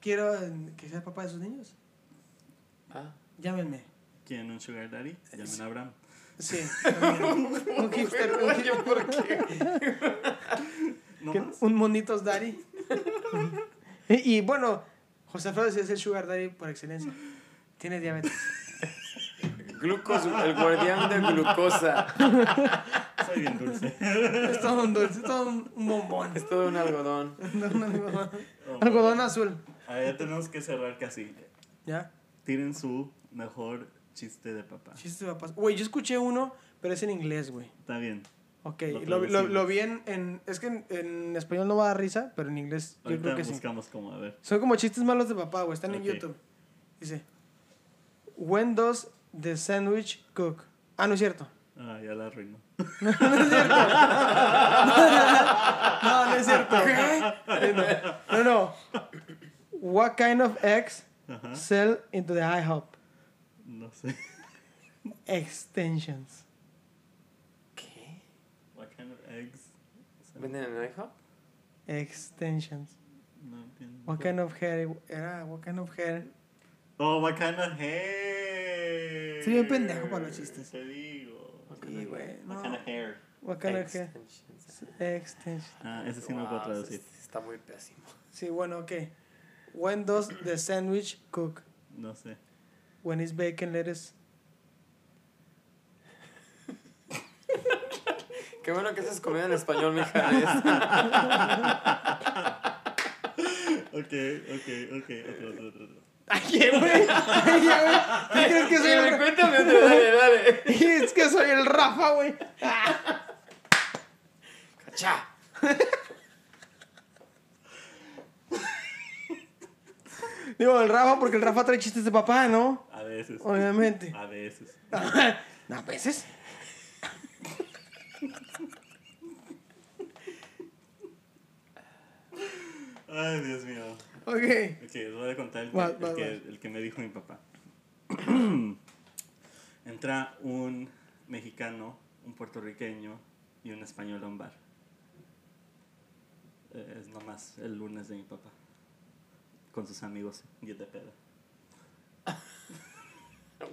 B: quiero eh, que seas papá de sus niños.
C: Ah.
B: Llámenme.
A: ¿Quieren un Sugar Daddy? Llamen a Abraham.
B: Sí. también. un hipster, un hip-
C: Yo, ¿por qué?
A: ¿No
B: que-
A: más?
B: un monitos daddy. y, y bueno, José Alfredo sí es el sugar daddy por excelencia. Tiene diabetes.
C: Glucos, el guardián de glucosa.
A: Soy bien dulce.
B: Es todo un dulce, es todo un, un bombón.
C: Es todo un algodón.
B: No, no, no, no.
A: Oh,
B: Algodón azul.
A: A ver, ya tenemos que cerrar casi.
B: ¿Ya?
A: Tiren su mejor chiste de papá.
B: Chistes de papás. Güey, yo escuché uno, pero es en inglés, güey.
A: Está bien.
B: Ok,
A: Lo
B: lo, lo,
A: traducimos.
B: lo vi en, en- Es que en, en español no va a dar risa, pero en inglés yo
A: Ahorita
B: creo que sí.
A: buscamos cómo, a ver.
B: Son como chistes malos de papá, güey. Están
A: Ok.
B: en YouTube. Dice: When does the sandwich cook? Ah, no es cierto.
A: Ah, ya la arruinó.
B: No, no es cierto. No, no es cierto. Eh, No, no. no. What kind of eggs
A: Ajá.
B: sell into the IHOP?
A: No sé.
B: Extensions.
C: ¿Qué?
A: What kind of eggs?
C: ¿Venden en el IHOP?
B: Extensions.
A: No entiendo.
B: What kind of hair? Era, what kind of hair?
A: Oh, what kind of hair?
B: Soy bien pendejo para los chistes.
A: Te digo. What
B: Sí, güey.
A: kind of
B: No.
A: hair?
B: What kind of hair?
C: Extensions.
B: Extensions.
A: Ah, ese sí no puedo
C: Wow,
A: traducir.
C: este Está muy pésimo.
B: Sí, bueno, ok. When does the sandwich cook?
A: No sé.
B: When it's bacon, lettuce.
C: Qué bueno que haces comida en español, mija.
A: Ok, ok, ok. Otro, otro, otro, otro.
B: Ay, qué güey. Ay, qué güey. ¿Tú crees que soy
C: Dime,
B: el...
C: Cuéntame otro, dale, dale.
B: Es que soy el Rafa, güey.
C: Cachá.
B: Digo, el Rafa porque el Rafa trae chistes de papá, ¿no?
A: A veces.
B: Obviamente. pues
A: A veces.
B: A veces.
A: Ay, Dios mío.
B: Ok.
A: Ok, les voy a contar el que,
B: Va,
A: el
B: va,
A: que-
B: va.
A: el que me dijo mi papá. Entra un mexicano, un puertorriqueño y un español a un bar. Eh, Es nomás el lunes de mi papá. con sus amigos y de peda.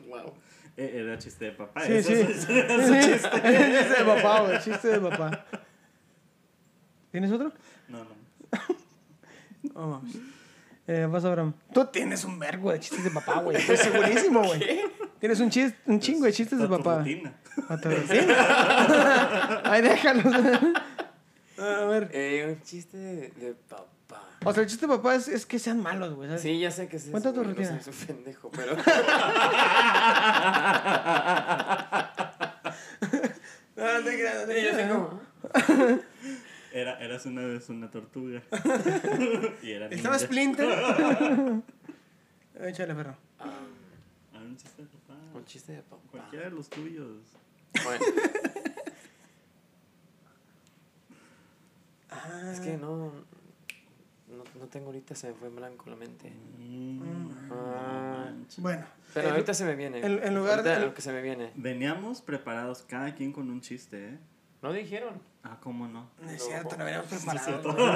C: Wow.
A: Eh, Era chiste de papá.
B: Sí,
A: eso
B: sí.
A: es-
B: Sí, sí. Es chiste de papá, güey. Chiste de papá. ¿Tienes otro?
A: No, no.
B: Vamos. Eh, vas, Abraham. Tú tienes un vergo de chistes de papá, güey. Estoy segurísimo, güey. Tienes un, chis- un
A: Pues,
B: chingo de chistes de
A: Está tu
B: papá.
A: rutina.
B: A tu- ¿Sí? Ahí déjalos. A ver.
C: Eh, un chiste de, de papá.
B: O sea, el chiste de papá es, es que sean malos, güey. ¿sabes?
C: Sí, ya sé que es eso,
B: Cuenta tu
C: güey, no
B: rutina.
C: sé, Es un pendejo, pero.
B: No, no te creas, no te
C: Yo
B: creas.
C: tengo.
A: Era, eras una vez una tortuga. y era
B: Estaba
A: ninja.
B: Splinter. Échale, perro.
A: A ver, un chiste de papá.
C: Un chiste de papá.
A: Cualquiera de los tuyos.
C: Bueno.
B: Ah,
C: Es que no, no. no tengo ahorita, se me fue en blanco la mente.
A: Mm,
C: Ah.
A: manches.
B: Bueno.
C: Pero
B: El-
C: ahorita se me viene.
B: en- en lugar de-
C: Ahorita lo que se me viene.
A: Veníamos preparados cada quien con un chiste, ¿eh?
C: No dijeron.
A: Ah, ¿cómo no?
B: No es
C: No.
B: cierto, no habíamos preparado.
A: cierto.
B: güey.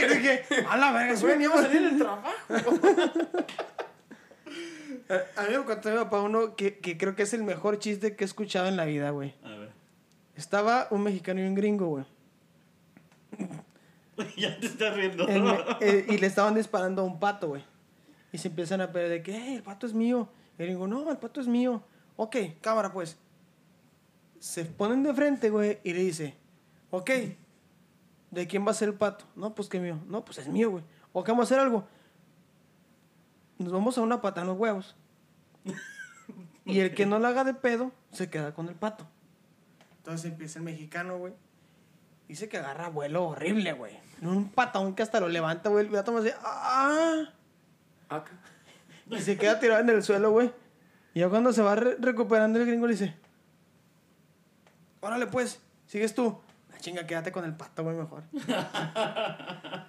B: Yo dije, a la verga, sí veníamos a
C: del trabajo.
B: A mí me contó mi papá uno que, que creo que es el mejor chiste que he escuchado en la vida, güey.
A: A ver.
B: Estaba un mexicano y un gringo, güey.
A: ya te estás riendo.
B: El me- eh, y le estaban disparando a un pato, güey. Y se empiezan a pelear de que, "Ey, el pato es mío. Y el gringo, no, el pato es mío. Ok, cámara, pues. Se ponen de frente, güey, y le dice, ok, ¿de quién va a ser el pato? No, pues que mío. No, pues es mío, güey. Ok, vamos a hacer algo. Nos vamos a una pata en los huevos. Y el que no la haga de pedo, se queda con el pato. Entonces empieza el mexicano, güey. Dice que agarra vuelo horrible, güey. Un patón que hasta lo levanta, güey. El gato me hace, ¡ah!
C: Acá.
B: Y se queda tirado en el suelo, güey. Y ya cuando se va re- recuperando el gringo le dice, órale pues, sigues tú. La chinga, quédate con el pato, güey, mejor. A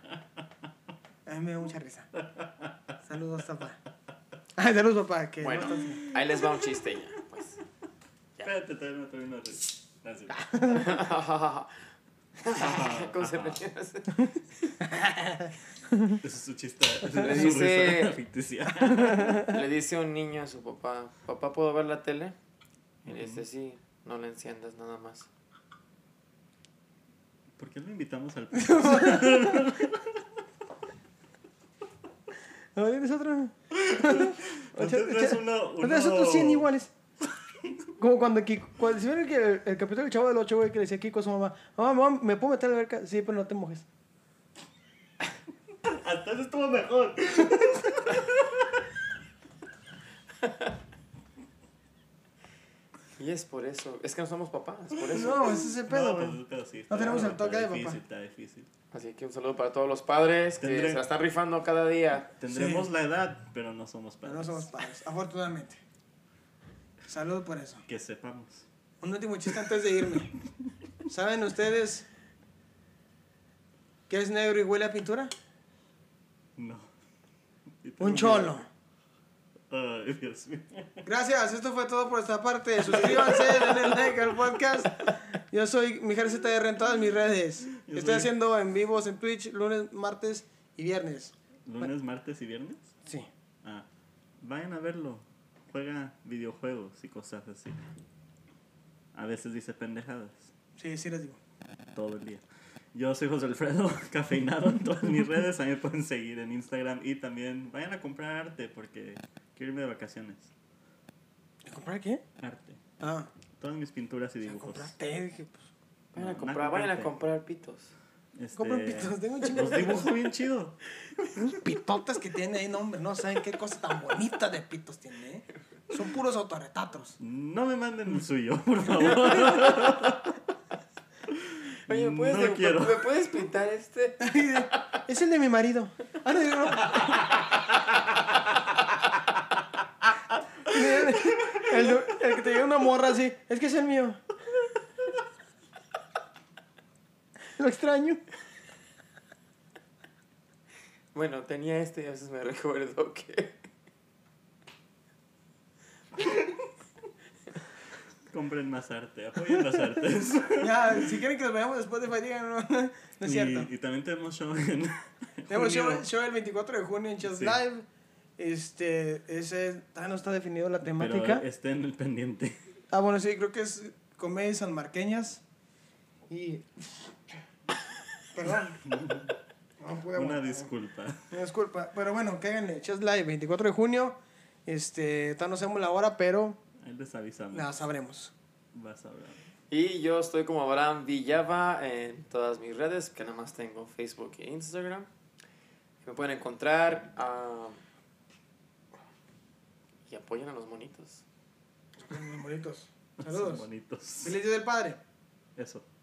B: mí me dio mucha risa. Saludos, papá. Ay, saludos, papá. Que no
C: Bueno,
B: estás-
C: ahí les va un chiste ya. Pues.
A: Espérate, todavía no termino de reír. Gracias.
B: Ah.
C: ¿Cómo se me
A: Eso es su chiste. Eso
C: Le
A: es su
C: dice-
A: risa ficticia.
C: Le dice un niño a su papá, papá, ¿puedo ver la tele? Y le dice, sí, no la enciendas nada más.
A: ¿Por qué lo invitamos al podcast?
B: A ver, ¿tienes otra?
A: ¿No tendrás uno-
B: ¿No tienes
A: uno-
B: otros 100 iguales? Como cuando Kiko... Cuando, ¿sí vieron que el, el capítulo del Chavo del 8, güey, que le decía a Kiko a su mamá, mamá, mamá, ¿me puedo meter a la alberca? Sí, pero no te mojes.
A: Hasta eso estuvo mejor.
C: Y es por eso, es que no somos papás, por eso.
B: No, ese es el pedo,
A: No,
B: güey.
A: pues, pero sí,
B: No
A: está-
B: tenemos el
A: está
B: toque de
A: difícil,
B: papá.
A: Está difícil.
C: Así que un saludo para todos los padres que
A: Tendré-
C: se la están rifando cada día.
A: Tendremos la edad, pero no somos
B: Pero
A: padres.
B: no somos padres, afortunadamente. Saludos por eso.
A: Que sepamos.
B: Un último chiste antes de irme. ¿Saben ustedes qué es negro y huele a pintura?
A: No.
B: Un cholo.
A: Ay, Dios mío.
B: Gracias, esto fue todo por esta parte. Suscríbanse, denle like al podcast. Yo soy Mijares ZR en todas mis redes.
A: Yo
B: Estoy
A: soy-
B: haciendo en vivos en Twitch lunes, martes y viernes.
A: ¿Lunes, martes y viernes?
B: Sí.
A: Ah. Vayan a verlo. Juega videojuegos y cosas así. A veces dice pendejadas.
B: Sí, sí les digo.
A: todo el día. Yo soy José Alfredo, cafeinado en todas mis redes. A mí me pueden seguir en Instagram y también vayan a comprar arte porque quiero irme de vacaciones.
B: ¿A comprar qué?
A: Arte.
B: Ah,
A: Todas mis pinturas y
B: a
A: dibujos.
B: comprar té. Dije, pues,
C: Vayan a
A: No,
C: comprar,
A: no
C: vayan a
A: compré.
C: comprar pitos.
A: Este,
B: compro pitos, tengo un chingo
A: Los
B: de
A: dibujo bien chido.
B: unos pitotas que tiene ahí, no, hombre, no saben qué cosa tan bonita de pitos tiene, ¿eh? Son puros autorretratos.
A: No me manden el suyo, por favor.
C: Oye, ¿me puedes,
A: No quiero.
C: ¿me puedes pintar este?
B: Es el de mi marido. Ah, no, no, no. El, de- el que te llega una morra así, es que es el mío. Lo extraño.
C: Bueno, tenía este y a veces me recuerdo que...
A: Compren más arte, apoyen las artes.
B: Ya, si quieren que los veamos después de Spotify, digan, no, no es
A: Y-
B: cierto.
A: Y, también tenemos show en, en
B: Tenemos show,
A: junio.
B: show el 24 de junio en Just
A: Sí.
B: Live. Este, ese, todavía no está definido la temática.
A: Pero estén el pendiente.
B: Ah, bueno, sí, creo que es comedias sanmarqueñas. Y. Perdón. No pude
A: Una
B: aguantar.
A: disculpa.
B: Una disculpa. Pero bueno, cáiganle. Just Live, 24 de junio. Este, todavía no sabemos la hora, pero
A: Ahí les avisamos.
B: la sabremos.
A: Vas a hablar.
C: Y yo estoy como Abraham Villava en todas mis redes, que nada más tengo Facebook e Instagram. Me pueden encontrar ah, y apoyen a los monitos.
B: Los bonitos.
A: Son
B: Saludos.
A: bonitos.
B: Feliz Día del Padre.
A: Eso.